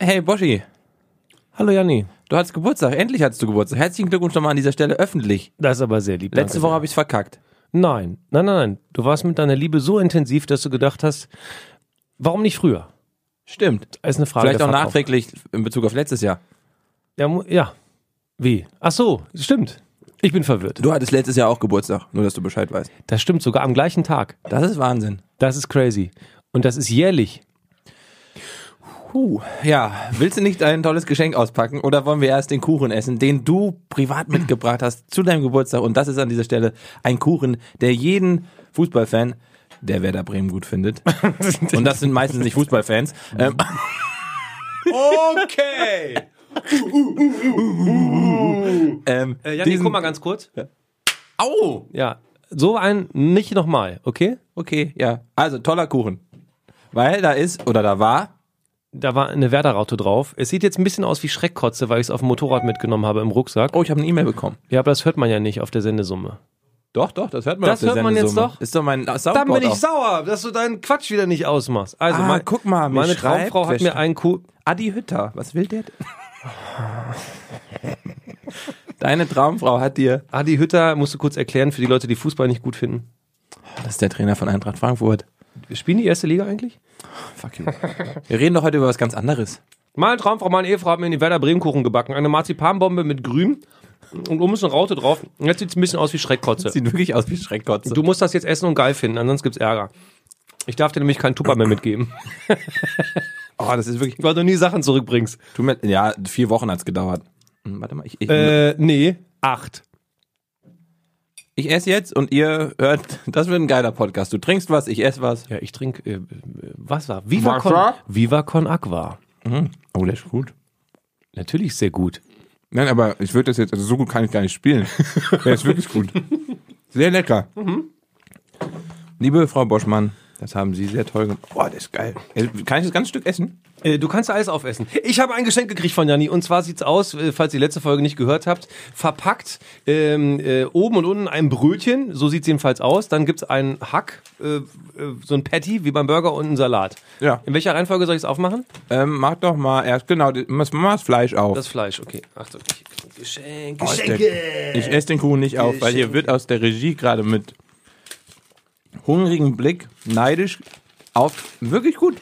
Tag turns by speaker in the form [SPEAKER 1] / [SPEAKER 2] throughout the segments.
[SPEAKER 1] Hey Boschi,
[SPEAKER 2] Hallo Janni.
[SPEAKER 1] du hattest Geburtstag. Endlich hattest du Geburtstag. Herzlichen Glückwunsch nochmal an dieser Stelle öffentlich.
[SPEAKER 2] Das ist aber sehr lieb.
[SPEAKER 1] Letzte
[SPEAKER 2] Danke
[SPEAKER 1] Woche habe ich's verkackt.
[SPEAKER 2] sehr. Nein, nein, nein, nein. Du warst mit deiner Liebe so intensiv, dass du gedacht hast, warum nicht früher?
[SPEAKER 1] Stimmt.
[SPEAKER 2] Ist eine Frage.
[SPEAKER 1] Vielleicht
[SPEAKER 2] der
[SPEAKER 1] auch
[SPEAKER 2] Verkauf.
[SPEAKER 1] nachträglich in Bezug auf letztes Jahr.
[SPEAKER 2] Ja, mu- ja. Wie? Ach so, stimmt. Ich bin verwirrt.
[SPEAKER 1] Du hattest letztes Jahr auch Geburtstag, nur dass du Bescheid weißt.
[SPEAKER 2] Das stimmt sogar am gleichen Tag.
[SPEAKER 1] Das ist Wahnsinn.
[SPEAKER 2] Das ist crazy. Und das ist jährlich.
[SPEAKER 1] Puh. Ja, willst du nicht ein tolles Geschenk auspacken oder wollen wir erst den Kuchen essen, den du privat mitgebracht hast zu deinem Geburtstag? Und das ist an dieser Stelle ein Kuchen, der jeden Fußballfan, der Werder Bremen gut findet, und das sind meistens nicht Fußballfans, ähm,
[SPEAKER 2] Okay.
[SPEAKER 1] ähm,
[SPEAKER 2] Äh, Janni,
[SPEAKER 1] diesen,
[SPEAKER 2] guck mal ganz kurz.
[SPEAKER 1] au!
[SPEAKER 2] Ja, so ein nicht nochmal, okay?
[SPEAKER 1] Okay, ja. Also toller Kuchen. Weil da ist, oder da war,
[SPEAKER 2] Da war eine Werder-Raute drauf. Es sieht jetzt ein bisschen aus wie Schreckkotze, weil ich es auf dem Motorrad mitgenommen habe im Rucksack.
[SPEAKER 1] oh, ich habe eine E-Mail bekommen.
[SPEAKER 2] Ja, aber das hört man ja nicht auf der Sendesumme.
[SPEAKER 1] Doch, doch, das hört man
[SPEAKER 2] Das
[SPEAKER 1] auf der
[SPEAKER 2] hört man jetzt
[SPEAKER 1] Sendesumme.
[SPEAKER 2] doch?
[SPEAKER 1] Ist doch mein Soundboard
[SPEAKER 2] Dann bin ich
[SPEAKER 1] auch.
[SPEAKER 2] sauer, dass du deinen Quatsch wieder nicht ausmachst. Also,
[SPEAKER 1] Ah,
[SPEAKER 2] mein-
[SPEAKER 1] guck mal, mir
[SPEAKER 2] meine
[SPEAKER 1] schreibt,
[SPEAKER 2] Traumfrau
[SPEAKER 1] wer
[SPEAKER 2] hat mir
[SPEAKER 1] schreibt.
[SPEAKER 2] einen Kuh.
[SPEAKER 1] Adi Hütter, was will der? denn? Deine Traumfrau hat dir.
[SPEAKER 2] Adi Hütter, musst du kurz erklären für die Leute, die Fußball nicht gut finden.
[SPEAKER 1] Das ist der Trainer von Eintracht Frankfurt.
[SPEAKER 2] Spielen die erste Liga eigentlich?
[SPEAKER 1] Fuck you. Wir reden doch heute über was ganz anderes.
[SPEAKER 2] Meine Traumfrau, meine Ehefrau hat mir den Werder Bremen Kuchen gebacken. Eine Marzipanbombe mit Grün und oben ist eine Raute drauf. Und Jetzt sieht es ein bisschen aus wie Schreckkotze.
[SPEAKER 1] Sieht wirklich aus wie Schreckkotze.
[SPEAKER 2] Du musst das jetzt essen und geil finden, ansonsten gibt's Ärger. Ich darf dir nämlich keinen Tupper mehr mitgeben,
[SPEAKER 1] Oh, das ist wirklich.
[SPEAKER 2] weil du nie Sachen zurückbringst.
[SPEAKER 1] Tu mir, ja, vier Wochen hat's gedauert. Hm, Warte mal, ich, ich,
[SPEAKER 2] Äh, nee, acht.
[SPEAKER 1] ich esse jetzt und ihr hört, das wird ein geiler Podcast. Du trinkst was, ich esse was.
[SPEAKER 2] Ja, ich trinke äh, äh, Wasser. Viva
[SPEAKER 1] Wasser?
[SPEAKER 2] Con, Viva Con Aqua.
[SPEAKER 1] Oh, der ist gut.
[SPEAKER 2] Natürlich sehr gut.
[SPEAKER 3] Nein, aber ich würde das jetzt, also so gut kann ich gar nicht spielen. Der ist wirklich gut. Sehr lecker.
[SPEAKER 1] Liebe Frau Boschmann, das haben Sie sehr toll gemacht. Boah, das ist geil. Äh, Kann ich das ganze Stück essen?
[SPEAKER 2] Äh, Du kannst alles aufessen. Ich habe ein Geschenk gekriegt von Janni. Und zwar sieht's aus, äh, falls ihr die letzte Folge nicht gehört habt, verpackt ähm, äh, oben und unten ein Brötchen. So sieht's jedenfalls aus. Dann gibt's einen Hack, äh, äh, so ein Patty wie beim Burger und einen Salat.
[SPEAKER 1] Ja.
[SPEAKER 2] In welcher Reihenfolge soll ich's aufmachen?
[SPEAKER 1] Ähm, mach doch mal erst, genau, die- mach mal das Fleisch auf.
[SPEAKER 2] Das Fleisch, okay. Achtung, ich krieg Geschenk.
[SPEAKER 1] Aus
[SPEAKER 2] Geschenk.
[SPEAKER 1] Der, ich esse den Kuchen nicht auf, weil hier wird aus der Regie gerade mit hungrigem Blick neidisch auf. Wirklich gut.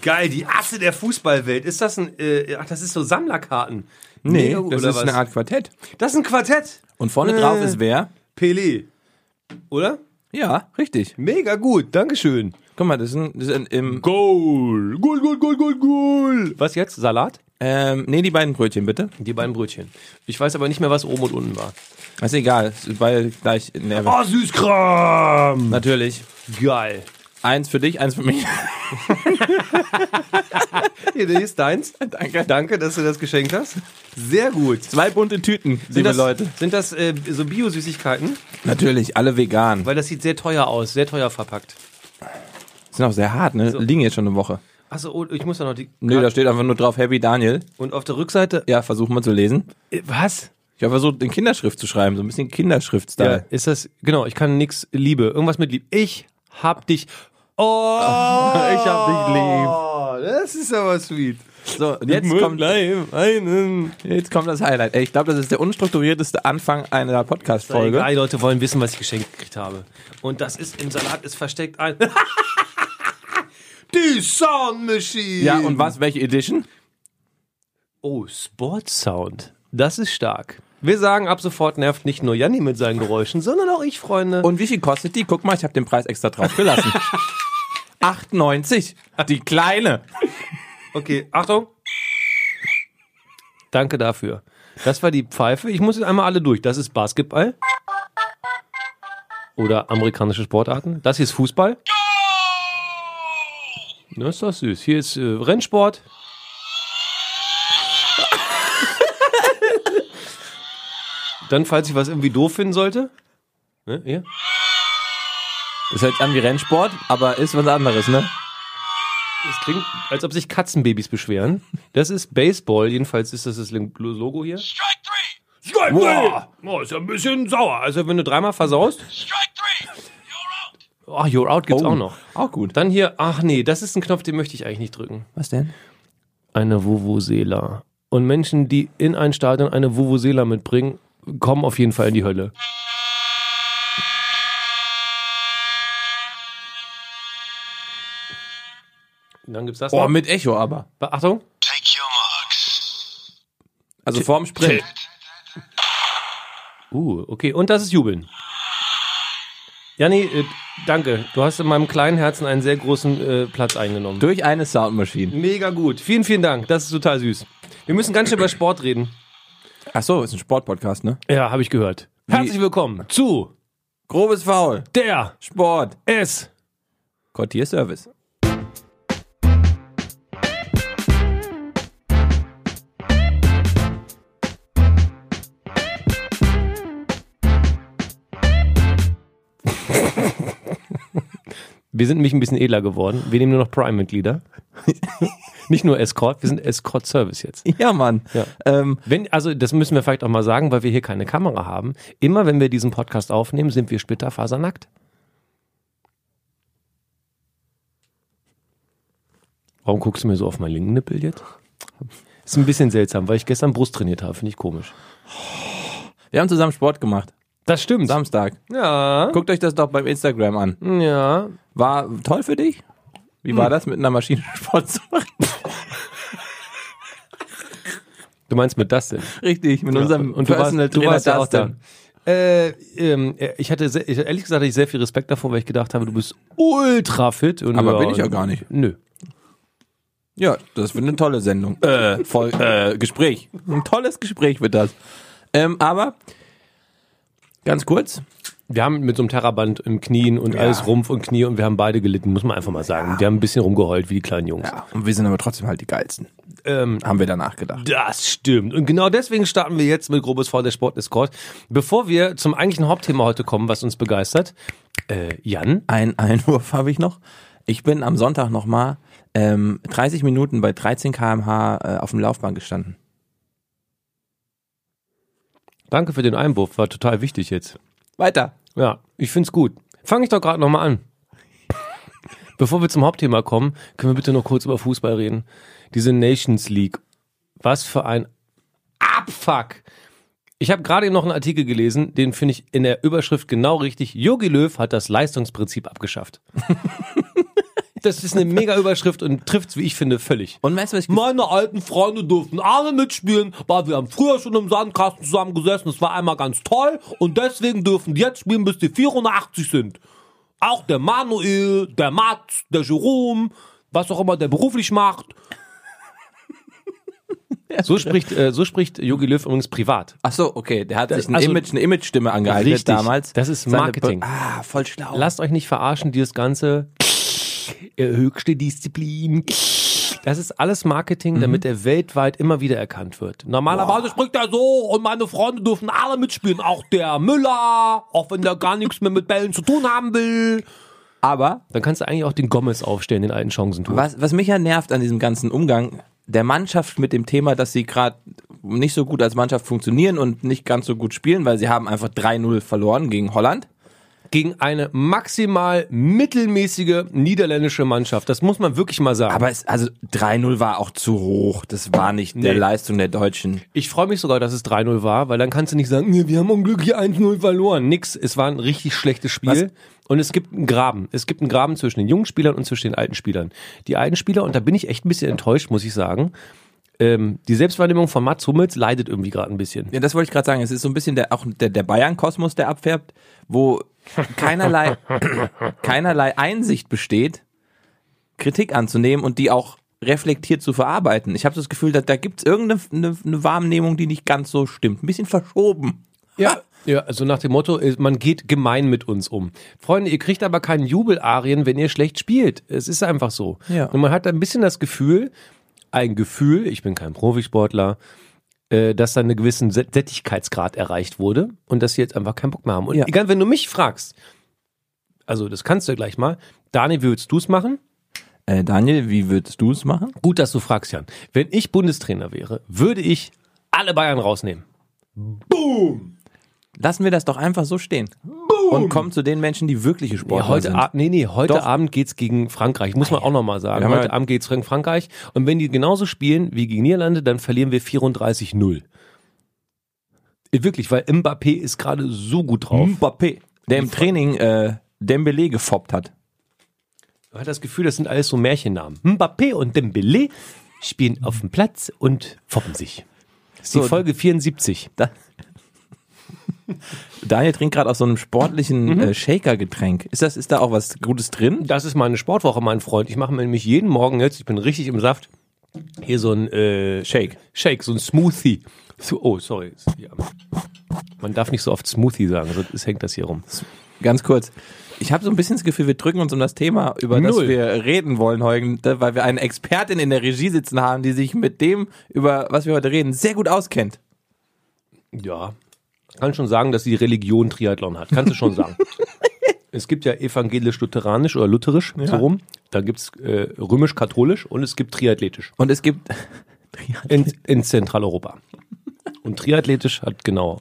[SPEAKER 2] Geil, die Asse der Fußballwelt. Ist das ein, äh, ach, das ist so Sammlerkarten.
[SPEAKER 1] Nee,
[SPEAKER 2] Lego
[SPEAKER 1] das
[SPEAKER 2] oder
[SPEAKER 1] ist
[SPEAKER 2] was?
[SPEAKER 1] eine Art Quartett. Äh,
[SPEAKER 2] Das ist ein Quartett.
[SPEAKER 1] Und vorne drauf ist wer?
[SPEAKER 2] Pelé. Oder?
[SPEAKER 1] Ja, richtig.
[SPEAKER 2] Mega gut, Dankeschön.
[SPEAKER 1] Guck mal, das ist, ein, das ist ein, im.
[SPEAKER 2] Goal. Goal, Goal, Goal, Goal, Goal. Was jetzt? Salat?
[SPEAKER 1] Ähm, nee, die beiden Brötchen bitte.
[SPEAKER 2] Die beiden Brötchen. Ich weiß aber nicht mehr, was oben und unten war.
[SPEAKER 1] Ist egal, ist beide gleich in der
[SPEAKER 2] Oh,
[SPEAKER 1] Oh.
[SPEAKER 2] Süßkram.
[SPEAKER 1] Natürlich.
[SPEAKER 2] Geil.
[SPEAKER 1] Eins für dich, eins für mich.
[SPEAKER 2] Hier hier ist deins. Danke. Danke, dass du das geschenkt hast. Sehr gut.
[SPEAKER 1] Zwei bunte Tüten,
[SPEAKER 2] Sind
[SPEAKER 1] liebe
[SPEAKER 2] das,
[SPEAKER 1] Leute.
[SPEAKER 2] sind das äh, so Bio-Süßigkeiten?
[SPEAKER 1] Natürlich, alle vegan.
[SPEAKER 2] Weil das sieht sehr teuer aus, sehr teuer verpackt.
[SPEAKER 1] Sind auch sehr hart, ne? Liegen jetzt schon eine Woche.
[SPEAKER 2] Achso, oh, ich muss ja noch die.
[SPEAKER 1] Nö, da steht einfach nur drauf Happy Daniel.
[SPEAKER 2] Und auf der Rückseite.
[SPEAKER 1] Ja, versuch mal zu lesen.
[SPEAKER 2] Äh, Was?
[SPEAKER 1] Ich habe versucht, in Kinderschrift zu schreiben, so ein bisschen
[SPEAKER 2] Ja,
[SPEAKER 1] Kinderschrift-Style.
[SPEAKER 2] ist das. Genau, ich kann nix Liebe. Irgendwas mit Liebe. Ich hab dich. Oh,
[SPEAKER 1] Ich hab
[SPEAKER 2] das ist aber sweet.
[SPEAKER 1] So, und jetzt kommt,
[SPEAKER 2] live einen.
[SPEAKER 1] jetzt kommt das Highlight. Ey, ich glaube, das ist der unstrukturierteste Anfang einer Podcast-Folge.
[SPEAKER 2] Egal, die Leute wollen wissen, was ich geschenkt gekriegt habe. Und das ist im Salat ist versteckt ein. die Sound Machine.
[SPEAKER 1] Ja, und was? Welche Edition?
[SPEAKER 2] Oh, Sports Sound. Das ist stark. Wir sagen ab sofort nervt nicht nur Janni mit seinen Geräuschen, sondern auch ich, Freunde.
[SPEAKER 1] Und wie viel kostet die? Guck mal, ich habe den Preis extra drauf gelassen. 8,90. Die kleine.
[SPEAKER 2] Okay, Achtung. Danke dafür. Das war die Pfeife. Ich muss jetzt einmal alle durch. Das ist Basketball. Oder amerikanische Sportarten. Das hier ist Fußball. Na, ist doch süß. Hier ist äh, Rennsport. Dann, falls ich was irgendwie doof finden sollte. Ne, hier.
[SPEAKER 1] Das hört sich an wie Rennsport, aber ist was anderes, ne?
[SPEAKER 2] Das klingt, als ob sich Katzenbabys beschweren. Das ist Baseball. Jedenfalls ist das das Logo hier.
[SPEAKER 4] Strike three!
[SPEAKER 2] Strike Oh, ist ja ein bisschen sauer. Also wenn du dreimal versaust.
[SPEAKER 4] Strike three! You're out!
[SPEAKER 2] Ach, You're Out gibt's auch noch.
[SPEAKER 1] Auch gut.
[SPEAKER 2] Dann hier, ach nee, das ist ein Knopf, den möchte ich eigentlich nicht drücken.
[SPEAKER 1] Was denn?
[SPEAKER 2] eine Vuvuzela. Und Menschen, die in ein Stadion eine Vuvuzela mitbringen, kommen auf jeden Fall in die Hölle. Und dann gibt's das
[SPEAKER 1] Oh,
[SPEAKER 2] noch.
[SPEAKER 1] mit Echo aber.
[SPEAKER 2] Achtung.
[SPEAKER 4] Take your marks.
[SPEAKER 1] Also vorm Sprint.
[SPEAKER 2] Uh, okay. Und das ist Jubeln. Janni, äh, danke. Du hast in meinem kleinen Herzen einen sehr großen äh, Platz eingenommen.
[SPEAKER 1] Durch eine Soundmaschine.
[SPEAKER 2] Mega gut. Vielen, vielen Dank. Das ist total süß. Wir müssen ganz schnell über Sport reden.
[SPEAKER 1] Ach so, ist ein Sportpodcast, ne?
[SPEAKER 2] Ja, habe ich gehört. Herzlich willkommen zu
[SPEAKER 1] Grobes Foul.
[SPEAKER 2] der
[SPEAKER 1] Sport.
[SPEAKER 2] S.
[SPEAKER 1] Quartier Service.
[SPEAKER 2] Wir sind nämlich ein bisschen edler geworden. Wir nehmen nur noch Prime-Mitglieder. Nicht nur Escort, wir sind Escort-Service jetzt.
[SPEAKER 1] Ja, Mann.
[SPEAKER 2] Ja.
[SPEAKER 1] Ähm,
[SPEAKER 2] Wenn, also das müssen wir vielleicht auch mal sagen, weil wir hier keine Kamera haben. Immer wenn wir diesen Podcast aufnehmen, sind wir splitterfasernackt. Warum guckst du mir so auf meinen linken Nippel jetzt? Ist ein bisschen seltsam, weil ich gestern Brust trainiert habe, finde ich komisch.
[SPEAKER 1] wir haben zusammen Sport gemacht.
[SPEAKER 2] Das stimmt.
[SPEAKER 1] Samstag.
[SPEAKER 2] Ja,
[SPEAKER 1] Guckt euch das doch beim Instagram an.
[SPEAKER 2] ja.
[SPEAKER 1] War toll für dich? Wie war das, mit einer Maschine Sport zu machen?
[SPEAKER 2] Du meinst mit das denn?
[SPEAKER 1] Richtig, mit unserem
[SPEAKER 2] und du warst,
[SPEAKER 1] Personal
[SPEAKER 2] du
[SPEAKER 1] Trainer
[SPEAKER 2] warst ja auch da.
[SPEAKER 1] Dustin.
[SPEAKER 2] Äh, ähm, ich hatte sehr, ich, ehrlich gesagt hatte ich sehr viel Respekt davor, weil ich gedacht habe, du bist ultra fit. Und
[SPEAKER 1] Aber bin ich ja gar nicht.
[SPEAKER 2] Nö.
[SPEAKER 1] Ja, das wird eine tolle Sendung. Äh, voll, äh, Gespräch. Ein tolles Gespräch wird das. Ähm, aber, ganz kurz,
[SPEAKER 2] Wir haben mit so einem Terraband im Knien und alles Rumpf und Knie und wir haben beide gelitten, muss man einfach mal sagen. Wir haben ein bisschen rumgeheult wie die kleinen Jungs.
[SPEAKER 1] Ja, und wir sind aber trotzdem halt die geilsten.
[SPEAKER 2] Ähm,
[SPEAKER 1] Haben wir danach gedacht.
[SPEAKER 2] Das stimmt. Und genau deswegen starten wir jetzt mit grobes V der Sport Escort. Bevor wir zum eigentlichen Hauptthema heute kommen, was uns begeistert, äh, Jan,
[SPEAKER 1] Ein Einwurf habe ich noch. Ich bin am Sonntag nochmal ähm, 30 Minuten bei 13 km/h äh, auf dem Laufband gestanden.
[SPEAKER 2] danke für den Einwurf, war total wichtig jetzt.
[SPEAKER 1] Weiter.
[SPEAKER 2] Ja, ich find's gut. Fange ich doch gerade nochmal an. Bevor wir zum Hauptthema kommen, können wir bitte noch kurz über Fußball reden. Diese Nations League. Was für ein Abfuck. Ich habe gerade noch einen Artikel gelesen, den finde ich in der Überschrift genau richtig. Jogi Löw hat das Leistungsprinzip abgeschafft. das ist eine mega Überschrift und trifft's, wie ich finde, völlig.
[SPEAKER 1] Und weißt du, was ich
[SPEAKER 2] Meine alten Freunde durften alle mitspielen, weil wir haben früher schon im Sandkasten zusammengesessen. Das war einmal ganz toll und deswegen dürfen die jetzt spielen, bis die 84 sind. Auch der Manuel, der Mats, der Jerome, was auch immer der beruflich macht. So spricht, äh, so spricht Jogi Löw übrigens privat.
[SPEAKER 1] Ach so, okay, der hat sich ein
[SPEAKER 2] also-
[SPEAKER 1] Image, eine Image-Stimme angeeignet
[SPEAKER 2] Richtig,
[SPEAKER 1] damals.
[SPEAKER 2] das ist
[SPEAKER 1] Seine
[SPEAKER 2] Marketing.
[SPEAKER 1] Be- ah, voll schlau.
[SPEAKER 2] Lasst euch nicht verarschen, dieses ganze äh, höchste Disziplin. Das ist alles Marketing, damit er weltweit immer wieder erkannt wird. Normalerweise spricht er so und meine Freunde dürfen alle mitspielen. Auch der Müller, auch wenn der gar nichts mehr mit Bällen zu tun haben will.
[SPEAKER 1] Aber
[SPEAKER 2] Dann kannst du eigentlich auch den Gomez aufstellen, den alten Chancentod.
[SPEAKER 1] was, was mich ja nervt an diesem ganzen Umgang der Mannschaft mit dem Thema, dass sie gerade nicht so gut als Mannschaft funktionieren und nicht ganz so gut spielen, weil sie haben einfach 3-0 verloren gegen Holland.
[SPEAKER 2] Gegen eine maximal mittelmäßige niederländische Mannschaft. Das muss man wirklich mal sagen.
[SPEAKER 1] Aber es, also 3-0 war auch zu hoch. Das war nicht der
[SPEAKER 2] Nee.
[SPEAKER 1] Leistung der Deutschen.
[SPEAKER 2] Ich freue mich sogar, dass es 3-0 war, weil dann kannst du nicht sagen, nee, wir haben unglücklich 1-0 verloren. Nix, es war ein richtig schlechtes Spiel. Und es gibt einen Graben. Es gibt einen Graben zwischen den jungen Spielern und zwischen den alten Spielern. Die alten Spieler, und da bin ich echt ein bisschen enttäuscht, muss ich sagen, ähm, die Selbstwahrnehmung von Mats Hummels leidet irgendwie gerade ein bisschen.
[SPEAKER 1] Ja, das wollte ich gerade sagen. Es ist so ein bisschen der, auch der, der Bayern-Kosmos, der abfärbt, wo keinerlei, keinerlei Einsicht besteht, Kritik anzunehmen und die auch reflektiert zu verarbeiten. Ich habe das Gefühl, da, da gibt's irgendeine eine, eine Wahrnehmung, die nicht ganz so stimmt. Ein bisschen verschoben.
[SPEAKER 2] Ja, ja, also nach dem Motto, äh, man geht gemein mit uns um. Freunde, ihr kriegt aber keinen Jubelarien, wenn ihr schlecht spielt. Es ist einfach so.
[SPEAKER 1] Ja.
[SPEAKER 2] Und man hat ein bisschen das Gefühl, ein Gefühl, ich bin kein Profisportler, äh, dass da einen gewissen Sä- Sättigkeitsgrad erreicht wurde und dass sie jetzt einfach keinen Bock mehr haben. Und
[SPEAKER 1] Ja.
[SPEAKER 2] egal, wenn du mich fragst, also das kannst du ja gleich mal, Dani, wie würdest du es machen?
[SPEAKER 1] Äh, Daniel, wie würdest du es machen?
[SPEAKER 2] Gut, dass du fragst, Jan. Wenn ich Bundestrainer wäre, würde ich alle Bayern rausnehmen.
[SPEAKER 1] Lassen wir das doch einfach so stehen. und kommen zu den Menschen, die wirkliche Sportler
[SPEAKER 2] Ja, heute
[SPEAKER 1] sind.
[SPEAKER 2] Ab, nee, nee, heute
[SPEAKER 1] Doch. Ah,
[SPEAKER 2] Abend geht's gegen Frankreich, muss man auch nochmal sagen.
[SPEAKER 1] Ja,
[SPEAKER 2] heute
[SPEAKER 1] aber-
[SPEAKER 2] Abend geht's gegen Frankreich. Und wenn die genauso spielen wie gegen Niederlande, dann verlieren wir 34-0. Äh, Wirklich, weil Mbappé ist gerade so gut drauf.
[SPEAKER 1] Mbappé, der im Training äh, Dembele gefoppt hat.
[SPEAKER 2] Man hat das Gefühl, das sind alles so Märchennamen. Mbappé und Dembélé spielen auf dem Platz und foppen sich. Das ist
[SPEAKER 1] So.
[SPEAKER 2] die Folge 74.
[SPEAKER 1] Da Daniel trinkt gerade aus so einem sportlichen äh, Shaker-Getränk. Ist das, ist da auch was Gutes drin?
[SPEAKER 2] Das ist meine Sportwoche, mein Freund. Ich mache mir nämlich jeden Morgen jetzt, ich bin richtig im Saft, hier so ein äh, Shake. Shake, so ein Smoothie. So, oh, sorry. Ist hier am- Man darf nicht so oft Smoothie sagen, sonst ist- hängt das hier rum.
[SPEAKER 1] Ganz kurz. Ich habe so ein bisschen das Gefühl, wir drücken uns um das Thema, über das
[SPEAKER 2] Null.
[SPEAKER 1] wir reden wollen heute, weil wir eine Expertin in der Regie sitzen haben, die sich mit dem, über was wir heute reden, sehr gut auskennt.
[SPEAKER 2] Ja. Kann schon sagen, dass die Religion Triathlon hat. Kannst du schon sagen. es gibt ja evangelisch-lutheranisch oder lutherisch, so rum. Da gibt's äh, römisch-katholisch und es gibt triathletisch.
[SPEAKER 1] Und es gibt
[SPEAKER 2] In, in Zentraleuropa. Und triathletisch hat genau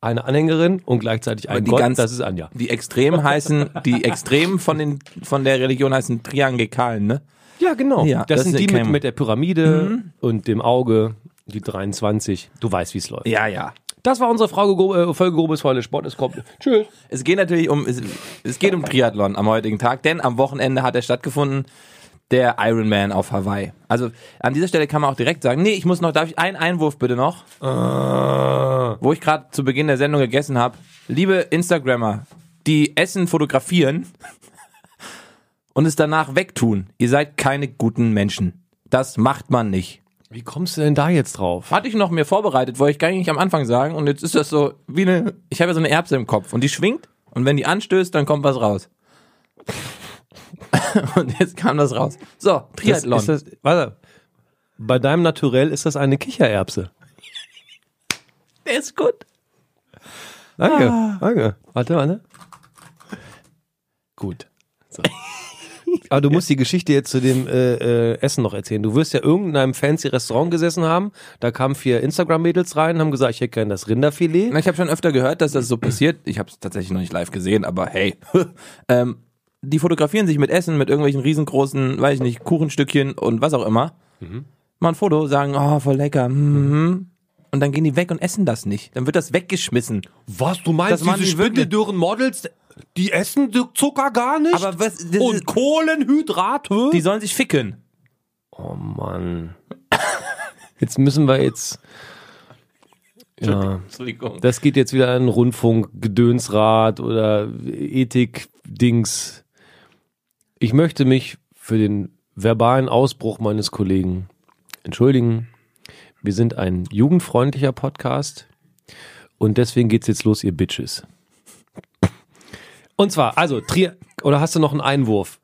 [SPEAKER 2] eine Anhängerin und gleichzeitig einen
[SPEAKER 1] die
[SPEAKER 2] Gott,
[SPEAKER 1] ganz-
[SPEAKER 2] das ist Anja.
[SPEAKER 1] die Extremen heißen, die Extremen von, den, von der Religion heißen Triangekalen, ne?
[SPEAKER 2] Ja, Mhm. genau.
[SPEAKER 1] Ja,
[SPEAKER 2] das,
[SPEAKER 1] das
[SPEAKER 2] sind
[SPEAKER 1] ist
[SPEAKER 2] die
[SPEAKER 1] eine
[SPEAKER 2] mit,
[SPEAKER 1] Creme.
[SPEAKER 2] mit der Pyramide und dem Auge, die 23. Du weißt, wie es läuft.
[SPEAKER 1] Ja, ja.
[SPEAKER 2] Das war unsere Frage, äh, Folge Grobes Freunde Sport. Es kommt. Tschüss.
[SPEAKER 1] Es geht natürlich um, es, es geht um Triathlon am heutigen Tag, denn am Wochenende hat er stattgefunden, der Ironman auf Hawaii. Also an dieser Stelle kann man auch direkt sagen, nee, ich muss noch, darf ich einen Einwurf bitte noch,
[SPEAKER 2] Ah.
[SPEAKER 1] wo ich gerade zu Beginn der Sendung gegessen habe. Liebe Instagrammer, die Essen fotografieren und es danach wegtun. Ihr seid keine guten Menschen. Das macht man nicht.
[SPEAKER 2] Wie kommst du denn da jetzt drauf?
[SPEAKER 1] Hatte ich noch mir vorbereitet, wollte ich gar nicht am Anfang sagen und jetzt ist das so wie eine, ich habe ja so eine Erbse im Kopf und die schwingt und wenn die anstößt, dann kommt was raus. und jetzt kam das raus. So,
[SPEAKER 2] Das,
[SPEAKER 1] Triathlon.
[SPEAKER 2] ist das, warte. Bei deinem Naturell ist das eine Kichererbse.
[SPEAKER 1] der ist gut.
[SPEAKER 2] Danke, danke. Warte, warte. Gut. So. Aber du musst die Geschichte jetzt zu dem äh, äh, Essen noch erzählen. Du wirst ja irgendeinem fancy Restaurant gesessen haben. Da kamen vier Instagram-Mädels rein und haben gesagt, ich hätte gern das Rinderfilet.
[SPEAKER 1] Na, ich habe schon öfter gehört, dass das so passiert. Ich habe es tatsächlich noch nicht live gesehen, aber hey. ähm, die fotografieren sich mit Essen, mit irgendwelchen riesengroßen, weiß ich nicht, Kuchenstückchen und was auch immer.
[SPEAKER 2] Mhm.
[SPEAKER 1] Machen ein Foto, sagen, oh, voll lecker. Mhm. Und dann gehen die weg und essen das nicht. Dann wird das weggeschmissen.
[SPEAKER 2] Was, du meinst,
[SPEAKER 1] Das waren diese die wirklich-
[SPEAKER 2] Models, die essen Zucker gar nicht?
[SPEAKER 1] Aber was, das ist,
[SPEAKER 2] Kohlenhydrate?
[SPEAKER 1] die sollen sich ficken.
[SPEAKER 2] oh Mann. Jetzt müssen wir jetzt... Ja.
[SPEAKER 1] Entschuldigung.
[SPEAKER 2] Das geht jetzt wieder an Rundfunk, Gedönsrat oder Ethik-Dings. Ich möchte mich für den verbalen Ausbruch meines Kollegen entschuldigen. Wir sind ein jugendfreundlicher Podcast und deswegen geht's jetzt los, ihr Bitches. Und zwar, also, Trier, oder hast du noch einen Einwurf?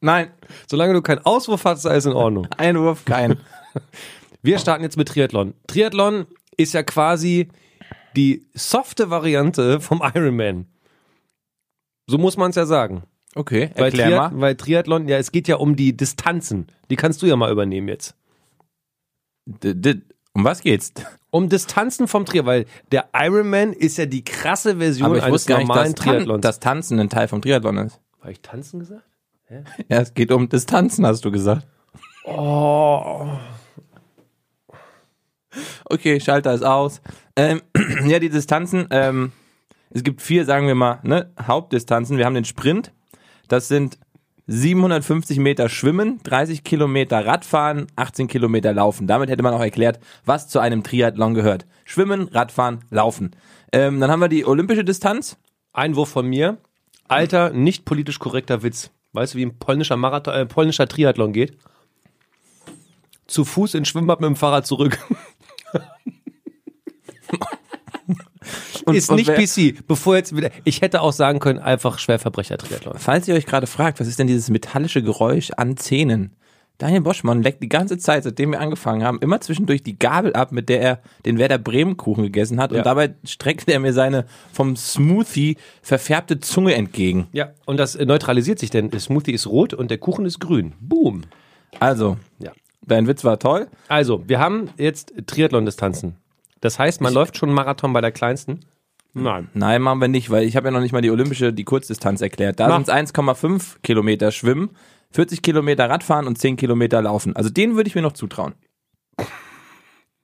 [SPEAKER 1] Nein,
[SPEAKER 2] Solange du keinen Auswurf hast, ist alles in Ordnung.
[SPEAKER 1] Einwurf, kein.
[SPEAKER 2] Wir starten jetzt mit Triathlon. Triathlon ist ja quasi die softe Variante vom Ironman. So muss man es ja sagen.
[SPEAKER 1] Okay,
[SPEAKER 2] Weil,
[SPEAKER 1] erklär
[SPEAKER 2] Triath-
[SPEAKER 1] mal.
[SPEAKER 2] weil Triathlon, ja, es geht ja um die Distanzen. Die kannst du ja mal übernehmen jetzt.
[SPEAKER 1] D -d um was geht's?
[SPEAKER 2] Um Distanzen vom Triathlon, weil der Ironman ist ja die krasse Version eines
[SPEAKER 1] dass, Tan
[SPEAKER 2] normalen Triathlons.
[SPEAKER 1] dass Tanzen ein Teil vom Triathlon ist.
[SPEAKER 2] Habe ich tanzen gesagt?
[SPEAKER 1] Ja, es geht um Distanzen, hast du gesagt. Oh. Okay, Schalter ist aus. Ähm, ja, die Distanzen, ähm, es gibt vier, sagen wir mal, ne, Hauptdistanzen. Wir haben den Sprint, das sind 750 Meter Schwimmen, 30 Kilometer Radfahren, 18 Kilometer Laufen. Damit hätte man auch erklärt, was zu einem Triathlon gehört. Schwimmen, Radfahren, Laufen. Ähm, dann haben wir die olympische Distanz.
[SPEAKER 2] Einwurf von mir. Alter, nicht politisch korrekter Witz. Weißt du, wie ein polnischer, Marathon, äh, polnischer Triathlon geht? Zu Fuß ins Schwimmbad mit dem Fahrrad zurück. ist
[SPEAKER 1] und
[SPEAKER 2] nicht
[SPEAKER 1] wer-
[SPEAKER 2] PC. Bevor jetzt wieder. Ich hätte auch sagen können, einfach Schwerverbrecher-Triathlon.
[SPEAKER 1] Falls ihr euch gerade fragt, was ist denn dieses metallische Geräusch an Zähnen? Daniel Boschmann leckt die ganze Zeit, seitdem wir angefangen haben, immer zwischendurch die Gabel ab, mit der er den Werder Bremen Kuchen gegessen hat.
[SPEAKER 2] Ja.
[SPEAKER 1] Und dabei streckt er mir seine vom Smoothie verfärbte Zunge entgegen.
[SPEAKER 2] Ja, und das äh, neutralisiert sich, denn der Smoothie ist rot und der Kuchen ist grün. Boom.
[SPEAKER 1] Also,
[SPEAKER 2] Ja.
[SPEAKER 1] dein Witz war toll.
[SPEAKER 2] Also, wir haben jetzt Triathlon-Distanzen. Das heißt, man läuft schon einen Marathon bei der kleinsten. Nein.
[SPEAKER 1] Nein, machen wir nicht, weil ich habe ja noch nicht mal die olympische, die Kurzdistanz erklärt. Da
[SPEAKER 2] Mach.
[SPEAKER 1] sind es 1,5 Kilometer Schwimmen, 40 Kilometer Radfahren und 10 Kilometer Laufen. Also den würde ich mir noch zutrauen.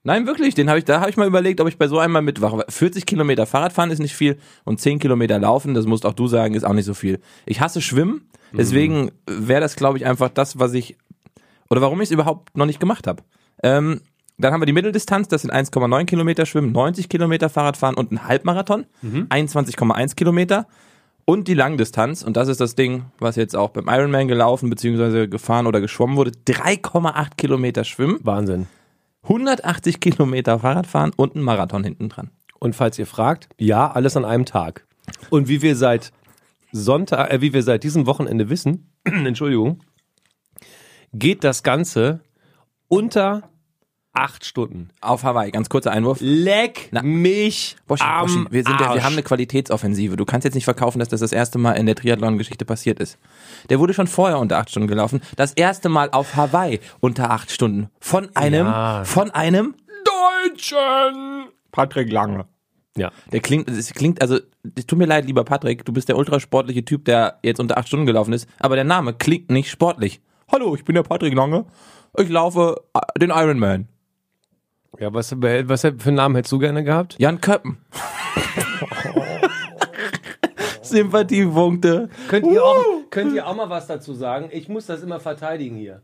[SPEAKER 1] Nein, wirklich, den habe ich, da habe ich mal überlegt, ob ich bei so einem mal mitwache. Weil 40 Kilometer Fahrradfahren ist nicht viel und 10 Kilometer Laufen, das musst auch du sagen, ist auch nicht so viel. Ich hasse Schwimmen, deswegen wäre das, glaube ich, einfach das, was ich, oder warum ich es überhaupt noch nicht gemacht habe. Ähm, dann haben wir die Mitteldistanz, das sind 1,9 Kilometer Schwimmen, 90 Kilometer Fahrradfahren und ein Halbmarathon, 21,1 Kilometer. Und die Langdistanz, und das ist das Ding, was jetzt auch beim Ironman gelaufen bzw. gefahren oder geschwommen wurde, 3,8 Kilometer Schwimmen,
[SPEAKER 2] Wahnsinn.
[SPEAKER 1] 180 Kilometer Fahrradfahren und ein Marathon hinten dran.
[SPEAKER 2] Und falls ihr fragt, ja, alles an einem Tag. Und wie wir seit Sonntag, äh, wie wir seit diesem Wochenende wissen, Entschuldigung, geht das Ganze unter acht Stunden.
[SPEAKER 1] Auf Hawaii, ganz kurzer Einwurf.
[SPEAKER 2] Leck
[SPEAKER 1] Na,
[SPEAKER 2] mich
[SPEAKER 1] Boschi,
[SPEAKER 2] am
[SPEAKER 1] Boschi, wir, sind ja,
[SPEAKER 2] Arsch.
[SPEAKER 1] wir haben eine Qualitätsoffensive. Du kannst jetzt nicht verkaufen, dass das das erste Mal in der Triathlon-Geschichte passiert ist. Der wurde schon vorher unter acht Stunden gelaufen. Das erste Mal auf Hawaii unter acht Stunden. Von einem,
[SPEAKER 2] Ja.
[SPEAKER 1] von einem,
[SPEAKER 3] Deutschen! Patrick Lange.
[SPEAKER 2] ja.
[SPEAKER 1] der klingt, es klingt, also, es tut mir leid, lieber Patrick, du bist der ultrasportliche Typ, der jetzt unter acht Stunden gelaufen ist, aber der Name klingt nicht sportlich. Hallo, ich bin der Patrick Lange. Ich laufe äh, den Ironman.
[SPEAKER 2] ja, was, was für einen Namen hättest du gerne gehabt?
[SPEAKER 1] Jan Köppen. Sympathiepunkte.
[SPEAKER 2] Könnt ihr, auch, könnt ihr auch mal was dazu sagen? Ich muss das immer verteidigen hier.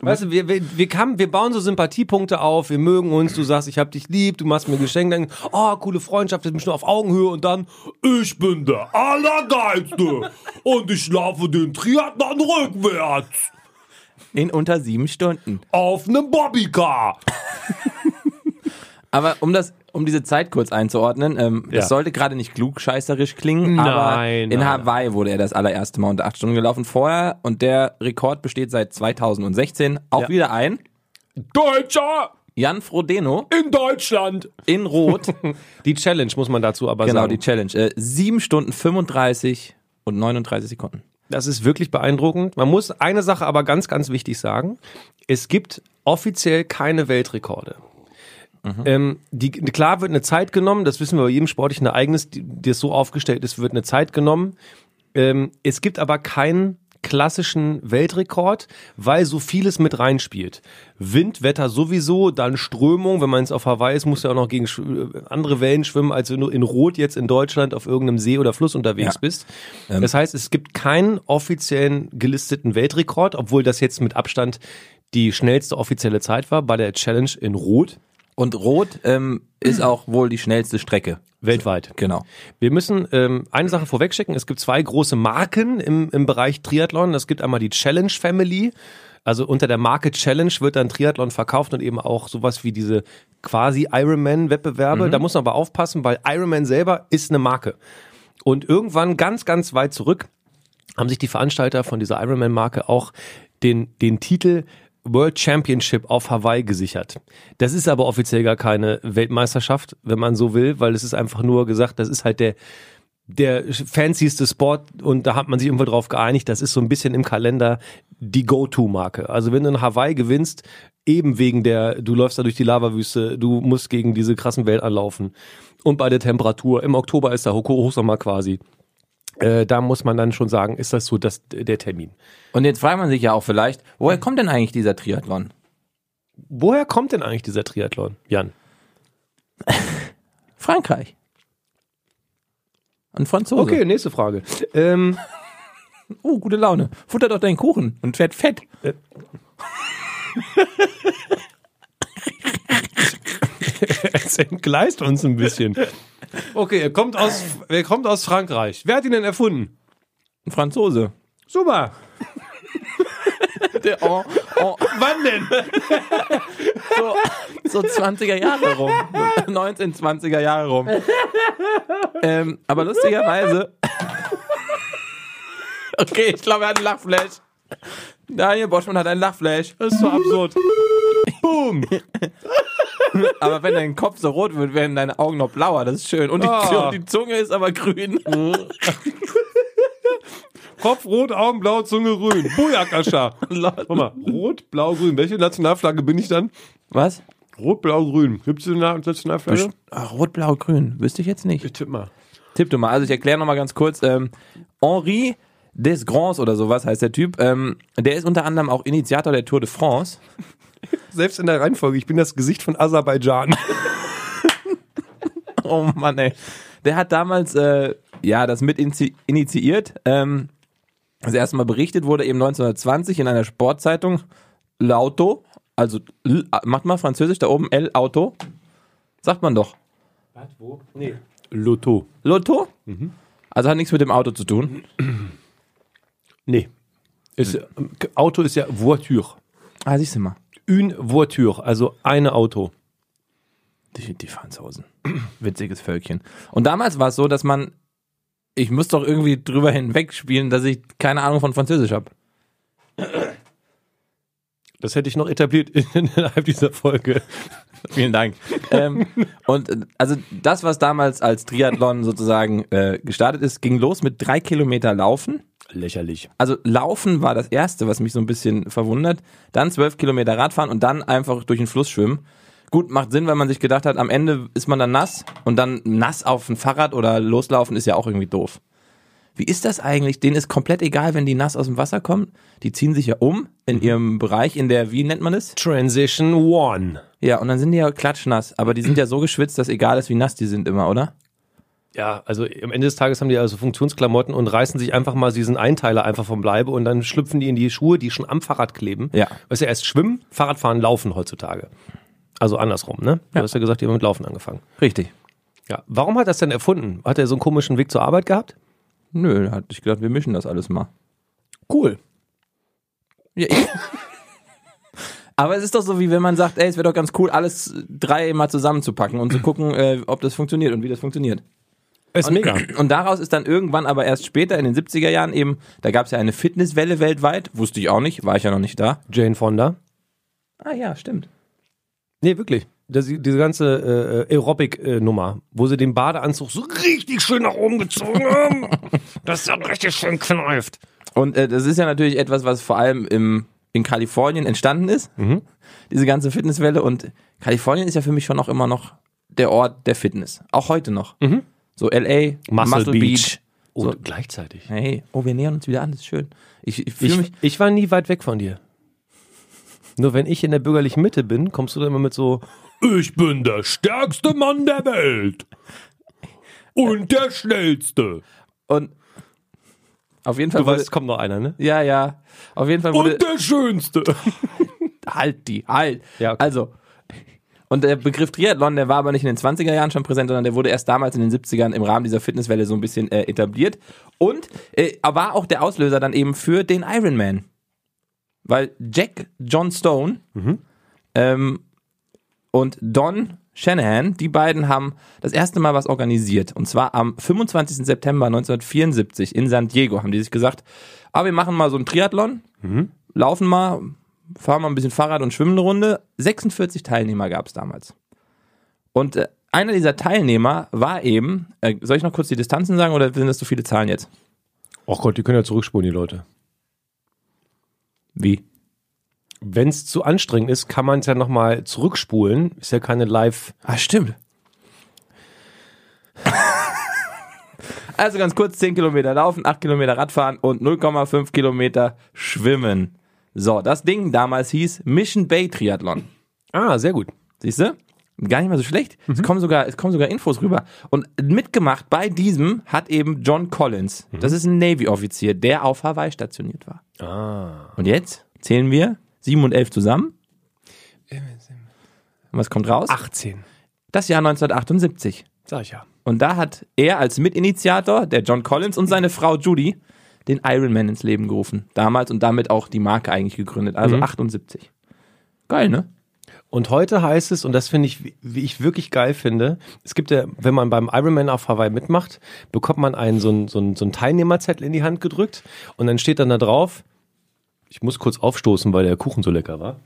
[SPEAKER 2] Weißt du, wir, wir, wir, kamen, wir bauen so Sympathiepunkte auf, wir mögen uns, du sagst, ich hab dich lieb, du machst mir Geschenke, dann, oh, coole Freundschaft, jetzt bin ich nur auf Augenhöhe und dann, ich bin der Allergeilste und ich laufe den Triathlon rückwärts
[SPEAKER 1] In unter sieben Stunden.
[SPEAKER 2] auf einem Bobbycar.
[SPEAKER 1] Aber um das, um diese Zeit kurz einzuordnen, ähm,
[SPEAKER 2] Ja.
[SPEAKER 1] das sollte gerade nicht klugscheißerisch klingen, aber
[SPEAKER 2] Nein,
[SPEAKER 1] in
[SPEAKER 2] nein,
[SPEAKER 1] Hawaii wurde er das allererste Mal unter acht Stunden gelaufen vorher und der Rekord besteht seit 2016 auch
[SPEAKER 2] Ja.
[SPEAKER 1] wieder ein.
[SPEAKER 3] Deutscher
[SPEAKER 1] Jan Frodeno
[SPEAKER 3] in Deutschland!
[SPEAKER 1] in Rot,
[SPEAKER 2] Die Challenge muss man dazu aber
[SPEAKER 1] genau die
[SPEAKER 2] sagen.
[SPEAKER 1] Challenge, äh, 7 Stunden 35 und 39 Sekunden.
[SPEAKER 2] Das ist wirklich beeindruckend. Man muss eine Sache aber ganz, ganz wichtig sagen. Es gibt offiziell keine Weltrekorde. Ähm, die, klar wird eine Zeit genommen, das wissen wir bei jedem sportlichen Ereignis, die- das so aufgestellt ist, wird eine Zeit genommen. Ähm, es gibt aber keinen klassischen Weltrekord, weil so vieles mit reinspielt. Wind, Wetter sowieso, dann Strömung, wenn man jetzt auf Hawaii ist, muss ja auch noch gegen schw- andere Wellen schwimmen, als wenn du in Rot jetzt in Deutschland auf irgendeinem See oder Fluss unterwegs
[SPEAKER 1] Ja.
[SPEAKER 2] bist. Das heißt, es gibt keinen offiziellen gelisteten Weltrekord, obwohl das jetzt mit Abstand die schnellste offizielle Zeit war bei der Challenge in Rot
[SPEAKER 1] Und Rot ähm, ist auch wohl die schnellste Strecke.
[SPEAKER 2] weltweit.
[SPEAKER 1] Genau.
[SPEAKER 2] Wir müssen ähm, eine Sache vorwegschicken. Es gibt zwei große Marken im, im Bereich Triathlon. Es gibt einmal die Challenge Family. Also unter der Marke Challenge wird dann Triathlon verkauft und eben auch sowas wie diese quasi Ironman-Wettbewerbe. Da muss man aber aufpassen, weil Ironman selber ist eine Marke. Und irgendwann ganz, ganz weit zurück haben sich die Veranstalter von dieser Ironman-Marke auch den, den Titel World Championship auf Hawaii gesichert. Das ist aber offiziell gar keine Weltmeisterschaft, wenn man so will, weil es ist einfach nur gesagt, das ist halt der, der fancyste Sport und da hat man sich irgendwo drauf geeinigt, das ist so ein bisschen im Kalender die Go-To-Marke. Also wenn du in Hawaii gewinnst, eben wegen der, du läufst da durch die Lavawüste, du musst gegen diese krassen Wellen anlaufen und bei der Temperatur, im Oktober ist da Hoch- Hochsommer quasi, äh, da muss man dann schon sagen, ist das so das, der Termin.
[SPEAKER 1] Und jetzt fragt man sich ja auch vielleicht, woher kommt denn eigentlich dieser Triathlon?
[SPEAKER 2] Woher kommt denn eigentlich dieser Triathlon, Jan?
[SPEAKER 1] Frankreich. Ein Franzose.
[SPEAKER 2] Okay, nächste Frage. Ähm,
[SPEAKER 1] Oh, gute Laune. Futter doch deinen Kuchen und werd fett.
[SPEAKER 2] es entgleist uns ein bisschen. Okay, er kommt aus, er kommt aus Frankreich. Wer hat ihn denn erfunden?
[SPEAKER 1] Ein Franzose.
[SPEAKER 2] Super.
[SPEAKER 1] Der, oh, oh,
[SPEAKER 2] Wann denn?
[SPEAKER 1] so, so 20er Jahre rum. 19, 20er Jahre rum. Ähm, aber lustigerweise. Okay, ich glaube, er hat einen Lachflash. Daniel Boschmann hat einen Lachflash.
[SPEAKER 2] Das ist so absurd. Boom.
[SPEAKER 1] Aber wenn dein Kopf so rot wird, werden deine Augen noch blauer. Das ist schön. Und die,
[SPEAKER 2] Ah.
[SPEAKER 1] und die Zunge ist aber grün.
[SPEAKER 2] Kopf rot, Augen blau, Zunge grün. Booyakascha. Guck mal, rot, blau, grün. Welche Nationalflagge bin ich dann?
[SPEAKER 1] Was?
[SPEAKER 2] Rot, Blau, Grün. Gibt es eine Nationalflagge?
[SPEAKER 1] Ach, Ah, Rot, Blau, Grün. Wüsste ich jetzt nicht.
[SPEAKER 2] Ich tippe mal.
[SPEAKER 1] Tipp du mal. Also ich erkläre nochmal ganz kurz. Ähm, Henri Desgrands oder sowas heißt der Typ. Ähm, der ist unter anderem auch Initiator der Tour de France.
[SPEAKER 2] Selbst in der Reihenfolge, ich bin das Gesicht von Aserbaidschan.
[SPEAKER 1] Oh Mann, ey. Der hat damals äh, ja das mit initi- initiiert. Ähm, das erste Mal berichtet wurde eben 1920 in einer Sportzeitung L'Auto. Also L, macht mal Französisch da oben L Auto. Sagt man doch.
[SPEAKER 2] Lotto.
[SPEAKER 1] Lotto? Also hat nichts mit dem Auto zu tun.
[SPEAKER 2] Nee. Ist, ähm, Auto ist ja Voiture.
[SPEAKER 1] Ah, siehst du mal.
[SPEAKER 2] Une Voiture, also eine Auto.
[SPEAKER 1] Die, die Franzosen. Witziges Völkchen. Und damals war es so, dass man. Ich muss doch irgendwie drüber hinwegspielen, dass ich keine Ahnung von Französisch habe.
[SPEAKER 2] Das hätte ich noch etabliert innerhalb dieser Folge.
[SPEAKER 1] Vielen Dank. ähm, und äh, also das, was damals als Triathlon sozusagen äh, gestartet ist, ging los mit drei Kilometer Laufen.
[SPEAKER 2] Lächerlich.
[SPEAKER 1] Also Laufen war das Erste, was mich so ein bisschen verwundert. Dann zwölf Kilometer Radfahren und dann einfach durch den Fluss schwimmen. Gut, macht Sinn, weil man sich gedacht hat, am Ende ist man dann nass und dann nass auf ein Fahrrad oder loslaufen ist ja auch irgendwie doof. Wie ist das eigentlich? Denen ist komplett egal, wenn die nass aus dem Wasser kommen. Die ziehen sich ja um in ihrem Bereich, in der, wie nennt man es?
[SPEAKER 2] Transition One.
[SPEAKER 1] Ja, und dann sind die ja klatschnass, aber die sind ja so geschwitzt, dass egal ist, wie nass die sind immer, oder?
[SPEAKER 2] Ja, also am Ende des Tages haben die also Funktionsklamotten und reißen sich einfach mal diesen Einteiler einfach vom Leibe und dann schlüpfen die in die Schuhe, die schon am Fahrrad kleben.
[SPEAKER 1] Ja.
[SPEAKER 2] Weißt du, erst schwimmen, Fahrradfahren, laufen heutzutage. Also andersrum, ne? Du hast ja gesagt, die haben mit Laufen angefangen.
[SPEAKER 1] Richtig.
[SPEAKER 2] Ja. Warum hat er das denn erfunden? Hat er so einen komischen Weg zur Arbeit gehabt?
[SPEAKER 1] Nö, da hatte ich gedacht, wir mischen das alles mal.
[SPEAKER 2] Cool.
[SPEAKER 1] Ja, ich. Aber es ist doch so, wie wenn man sagt, ey, es wäre doch ganz cool, alles drei mal zusammenzupacken und zu gucken, äh, ob das funktioniert und wie das funktioniert.
[SPEAKER 2] Ist mega.
[SPEAKER 1] Und daraus ist dann irgendwann aber erst später in den 70er Jahren eben, da gab es ja eine Fitnesswelle weltweit, wusste ich auch nicht, war ich ja noch nicht da.
[SPEAKER 2] Jane Fonda.
[SPEAKER 1] Ah ja, stimmt.
[SPEAKER 2] Nee, wirklich. Das, diese ganze äh, Aerobic-Nummer, wo sie den Badeanzug so richtig schön nach oben gezogen haben, dass er richtig schön kneift.
[SPEAKER 1] Und äh, das ist ja natürlich etwas, was vor allem im, in Kalifornien entstanden ist,
[SPEAKER 2] Mhm.
[SPEAKER 1] diese ganze Fitnesswelle. Und Kalifornien ist ja für mich schon auch immer noch der Ort der Fitness. Auch heute noch. So LA,
[SPEAKER 2] Mhm. Muscle, Beach.
[SPEAKER 1] So.
[SPEAKER 2] Und gleichzeitig.
[SPEAKER 1] Hey, oh, wir nähern uns wieder an, das ist schön. Ich, ich fühle mich.
[SPEAKER 2] Ich, ich war nie weit weg von dir. Nur wenn ich in der bürgerlichen Mitte bin, kommst du dann immer mit so, ich bin der stärkste Mann der Welt. Und der schnellste.
[SPEAKER 1] Und auf jeden Fall.
[SPEAKER 2] Du weißt, es kommt noch einer, ne?
[SPEAKER 1] ja, ja. Auf jeden Fall wurde.
[SPEAKER 2] Und der schönste.
[SPEAKER 1] halt die, halt.
[SPEAKER 2] Ja, okay.
[SPEAKER 1] Also. Und der Begriff Triathlon, der war aber nicht in den 20er Jahren schon präsent, sondern der wurde erst damals in den 70ern im Rahmen dieser Fitnesswelle so ein bisschen äh, etabliert. Und äh, war auch der Auslöser dann eben für den Ironman. Weil Jack John Stone
[SPEAKER 2] Mhm.
[SPEAKER 1] ähm, und Don Shanahan, die beiden haben das erste Mal was organisiert. Und zwar am 25. September 1974 in San Diego haben die sich gesagt, ah, wir machen mal so einen Triathlon,
[SPEAKER 2] Mhm.
[SPEAKER 1] laufen mal, fahren mal ein bisschen Fahrrad und schwimmen eine Runde. 46 Teilnehmer gab es damals. Und äh, einer dieser Teilnehmer war eben, äh, soll ich noch kurz die Distanzen sagen oder sind das zu viele Zahlen jetzt?
[SPEAKER 2] Oh Gott, die können ja zurückspulen, die Leute.
[SPEAKER 1] Wie?
[SPEAKER 2] Wenn es zu anstrengend ist, kann man es ja nochmal zurückspulen. Ist ja keine Live.
[SPEAKER 1] Ah, stimmt. also ganz kurz, 10 Kilometer laufen, 8 Kilometer Radfahren und 0,5 Kilometer schwimmen. So, das Ding damals hieß Mission Bay Triathlon.
[SPEAKER 2] Ah, sehr gut.
[SPEAKER 1] Siehst du? Gar nicht mal so schlecht. Es, kommen sogar, es kommen sogar Infos rüber. Und mitgemacht bei diesem hat eben John Collins. Das ist ein Navy-Offizier, der auf Hawaii stationiert war. Ah. Und jetzt zählen wir 7 und 11 zusammen. Und was kommt raus?
[SPEAKER 2] 18,
[SPEAKER 1] Das Jahr 1978.
[SPEAKER 2] sag ich ja.
[SPEAKER 1] Und da hat er als Mitinitiator, der John Collins und seine Frau Judy, den Ironman ins Leben gerufen. Damals und damit auch die Marke eigentlich gegründet. Also 78. Geil, ne?
[SPEAKER 2] Und heute heißt es, und das finde ich, wie- wie ich wirklich geil finde, es gibt ja, wenn man beim Ironman auf Hawaii mitmacht, bekommt man einen so einen, so einen, so einen Teilnehmerzettel in die Hand gedrückt und dann steht dann da drauf, ich muss kurz aufstoßen, weil der Kuchen so lecker war.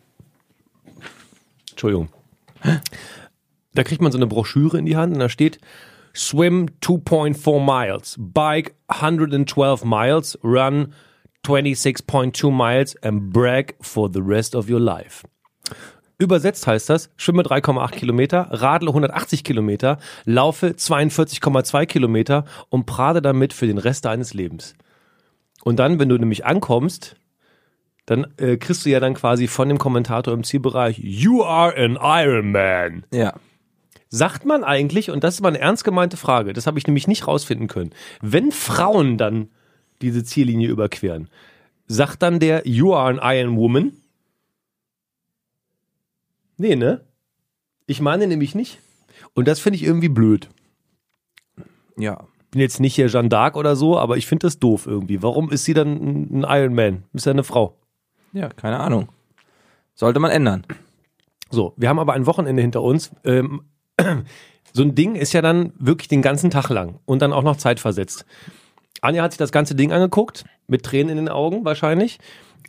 [SPEAKER 2] Entschuldigung. Da kriegt man so eine Broschüre in die Hand und da steht Swim 2.4 miles, Bike 112 miles, Run 26.2 miles and brag for the rest of your life. Übersetzt heißt das, schwimme 3,8 Kilometer, radle 180 Kilometer, laufe 42,2 Kilometer und prade damit für den Rest deines Lebens. Und dann, wenn du nämlich ankommst, dann äh, kriegst du ja dann quasi von dem Kommentator im Zielbereich, You are an Iron Man.
[SPEAKER 1] Ja.
[SPEAKER 2] Sagt man eigentlich, und das ist mal eine ernst gemeinte Frage, das habe ich nämlich nicht rausfinden können, wenn Frauen dann diese Ziellinie überqueren, sagt dann der You are an Iron Woman? Nee, ne? Ich meine nämlich nicht. Und das finde ich irgendwie blöd.
[SPEAKER 1] Ja.
[SPEAKER 2] Bin jetzt nicht hier Jeanne d'Arc oder so, aber ich finde das doof irgendwie. Warum ist sie dann ein ein Iron Man? Ist ja eine Frau.
[SPEAKER 1] Ja, keine Ahnung. Sollte man ändern.
[SPEAKER 2] So, wir haben aber ein Wochenende hinter uns. Ähm, so ein Ding ist ja dann wirklich den ganzen Tag lang und dann auch noch zeitversetzt. Anja hat sich das ganze Ding angeguckt, mit Tränen in den Augen wahrscheinlich,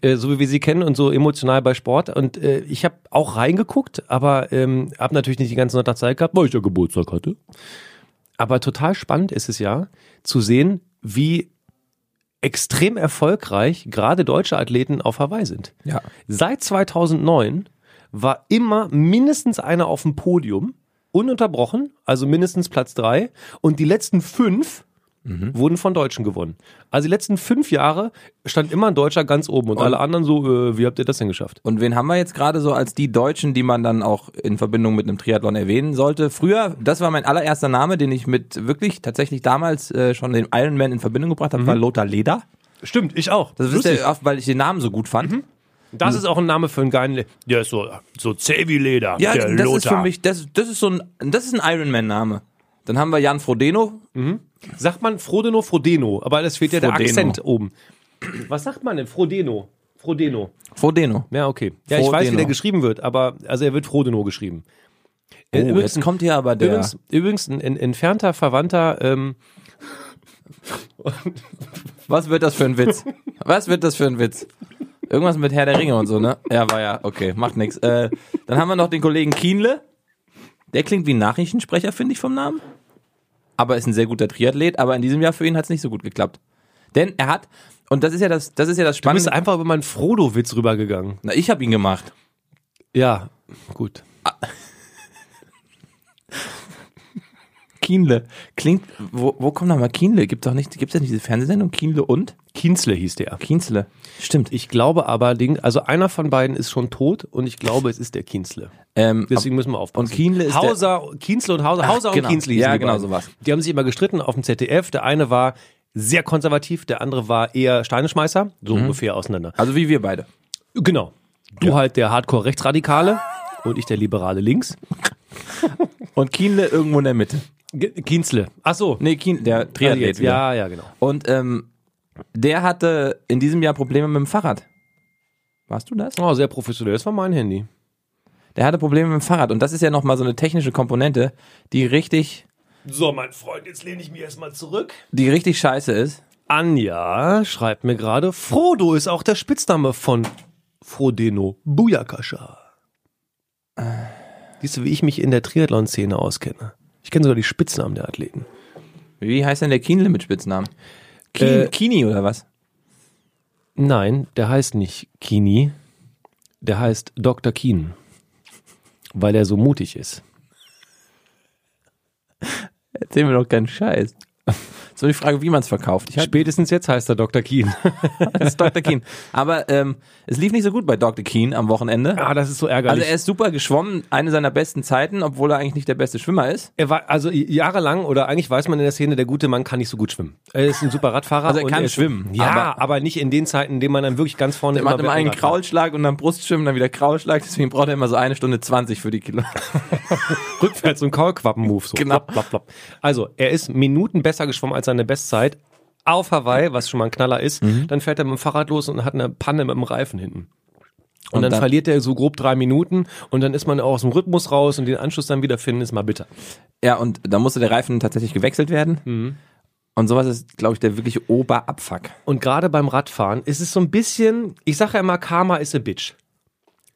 [SPEAKER 2] äh, so wie wir sie kennen und so emotional bei Sport. Und äh, ich habe auch reingeguckt, aber ähm, habe natürlich nicht die ganze Sonntag Zeit gehabt, weil ich ja Geburtstag hatte. Aber total spannend ist es ja, zu sehen, wie extrem erfolgreich gerade deutsche Athleten auf Hawaii sind.
[SPEAKER 1] Ja.
[SPEAKER 2] Seit 2009 war immer mindestens einer auf dem Podium, ununterbrochen, also mindestens Platz drei. Und die letzten fünf wurden von Deutschen gewonnen. Also die letzten fünf Jahre stand immer ein Deutscher ganz oben und, alle anderen so, äh, wie habt ihr das denn geschafft?
[SPEAKER 1] Und wen haben wir jetzt gerade so als die Deutschen, die man dann auch in Verbindung mit einem Triathlon erwähnen sollte? Früher, das war mein allererster Name, den ich mit wirklich tatsächlich damals äh, schon dem Ironman in Verbindung gebracht habe, war Lothar Leder.
[SPEAKER 2] Stimmt, ich auch.
[SPEAKER 1] Das wisst ihr oft, weil ich den Namen so gut fand.
[SPEAKER 2] das ist auch ein Name für einen geilen, der ist so, so zäh wie Leder.
[SPEAKER 1] Ja,
[SPEAKER 2] der
[SPEAKER 1] das
[SPEAKER 2] Lothar.
[SPEAKER 1] ist für mich, das, das ist so ein, das ist ein Ironman-Name. Dann haben wir Jan Frodeno.
[SPEAKER 2] Sagt man Frodeno, Frodeno, aber das fehlt ja der
[SPEAKER 1] Frodeno.
[SPEAKER 2] Akzent oben. Was sagt man denn? Frodeno. Frodeno.
[SPEAKER 1] Frodeno.
[SPEAKER 2] Ja, okay. Ja, ich weiß, wie
[SPEAKER 1] Frodeno.
[SPEAKER 2] der geschrieben wird, aber also er wird Frodeno geschrieben. Äh,
[SPEAKER 1] Oh, jetzt kommt hier aber der.
[SPEAKER 2] Übrigens, übrigens ein, ein entfernter Verwandter, ähm,
[SPEAKER 1] Was wird das für ein Witz? Was wird das für ein Witz? Irgendwas mit Herr der Ringe und so, ne? Ja, war ja, okay, macht nix. Äh, dann haben wir noch den Kollegen Kienle. Der klingt wie ein Nachrichtensprecher, finde ich, vom Namen. Aber ist ein sehr guter Triathlet, aber in diesem Jahr für ihn hat es nicht so gut geklappt. Denn er hat, und das ist ja das, das ist ja das
[SPEAKER 2] du bist
[SPEAKER 1] Spannende.
[SPEAKER 2] einfach über meinen Frodo-Witz rübergegangen.
[SPEAKER 1] Na, ich habe ihn gemacht.
[SPEAKER 2] Ja, gut.
[SPEAKER 1] Kienle. Klingt, wo, wo kommt nochmal Kienle? Gibt doch nicht, gibt's ja nicht diese Fernsehsendung? Kienle und?
[SPEAKER 2] Kienzle hieß der.
[SPEAKER 1] Kienzle. Stimmt.
[SPEAKER 2] Ich glaube aber, den- also einer von beiden ist schon tot und ich glaube, es ist der Kienzle.
[SPEAKER 1] Ähm,
[SPEAKER 2] Deswegen müssen wir aufpassen.
[SPEAKER 1] Und Kienle ist der-
[SPEAKER 2] Hauser, Kienzle und Hauser, Hauser
[SPEAKER 1] genau.
[SPEAKER 2] und Kienzle hießen
[SPEAKER 1] Ja,
[SPEAKER 2] die
[SPEAKER 1] genau,
[SPEAKER 2] beiden.
[SPEAKER 1] sowas.
[SPEAKER 2] Die haben sich immer gestritten auf dem ZDF. Der eine war sehr konservativ, der andere war eher Steineschmeißer, so ungefähr auseinander.
[SPEAKER 1] also wie wir beide.
[SPEAKER 2] Genau. Du halt der Hardcore-Rechtsradikale und ich der liberale Links.
[SPEAKER 1] Und Kienle irgendwo in der Mitte.
[SPEAKER 2] G- Kienzle. Ach so.
[SPEAKER 1] Nee, Kien, der
[SPEAKER 2] also
[SPEAKER 1] Triathlet.
[SPEAKER 2] jetzt.
[SPEAKER 1] wieder.
[SPEAKER 2] ja, ja, genau.
[SPEAKER 1] Und ähm, der hatte in diesem Jahr Probleme mit dem Fahrrad. Warst du das?
[SPEAKER 2] Oh, sehr professionell. Das war mein Handy.
[SPEAKER 1] Der hatte Probleme mit dem Fahrrad. Und das ist ja nochmal so eine technische Komponente, die richtig,
[SPEAKER 2] So, mein Freund, jetzt lehne ich mich erstmal zurück.
[SPEAKER 1] die richtig scheiße ist.
[SPEAKER 2] Anja schreibt mir gerade, Frodo ist auch der Spitzname von Frodeno Bujakascha. Siehst du, wie ich mich in der Triathlon-Szene auskenne? Ich kenne sogar die Spitznamen der Athleten.
[SPEAKER 1] Wie heißt denn der Kienle mit Spitznamen? Kien,
[SPEAKER 2] Äh,
[SPEAKER 1] Kini oder was?
[SPEAKER 2] Nein, der heißt nicht Kini, der heißt Dr. Keen, weil er so mutig ist.
[SPEAKER 1] Erzähl mir doch keinen Scheiß. So die Frage, wie man es verkauft. Ich hatte
[SPEAKER 2] Spätestens jetzt heißt er Dr. Keen.
[SPEAKER 1] das Dr. Keen. Aber ähm, es lief nicht so gut bei Dr. Keen am Wochenende.
[SPEAKER 2] ah, das ist so ärgerlich.
[SPEAKER 1] Also er ist super geschwommen, eine seiner besten Zeiten, obwohl er eigentlich nicht der beste Schwimmer ist.
[SPEAKER 2] Er war also jahrelang oder eigentlich weiß man in der Szene, der gute Mann kann nicht so gut schwimmen. Er ist ein super Radfahrer.
[SPEAKER 1] Also er kann
[SPEAKER 2] ist-
[SPEAKER 1] schwimmen,
[SPEAKER 2] Ja, aber,
[SPEAKER 1] aber-
[SPEAKER 2] nicht in den Zeiten, in denen man dann wirklich ganz vorne
[SPEAKER 1] Er macht immer einen
[SPEAKER 2] Weltrekord hat.
[SPEAKER 1] Kraulschlag und dann Brustschwimmen, dann wieder Kraulschlag. Deswegen braucht er immer so eine Stunde 20 für die Kilo.
[SPEAKER 2] Rückwärts und Kaulquappen-Move. So.
[SPEAKER 1] Genau.
[SPEAKER 2] Plopp, plopp, plopp. Also er ist Minuten besser geschwommen als seine Bestzeit auf Hawaii, was schon mal ein Knaller ist.
[SPEAKER 1] Mhm.
[SPEAKER 2] Dann fährt er mit dem Fahrrad los und hat eine Panne mit dem Reifen hinten. Und,
[SPEAKER 1] Und
[SPEAKER 2] dann,
[SPEAKER 1] dann-
[SPEAKER 2] verliert er so grob drei Minuten und dann ist man auch aus dem Rhythmus raus und den Anschluss dann wieder finden ist mal bitter.
[SPEAKER 1] Ja, und da musste der Reifen tatsächlich gewechselt werden. Und sowas ist, glaube ich, der wirkliche Oberabfuck.
[SPEAKER 2] Und gerade beim Radfahren ist es so ein bisschen, ich sage ja immer, Karma is a bitch.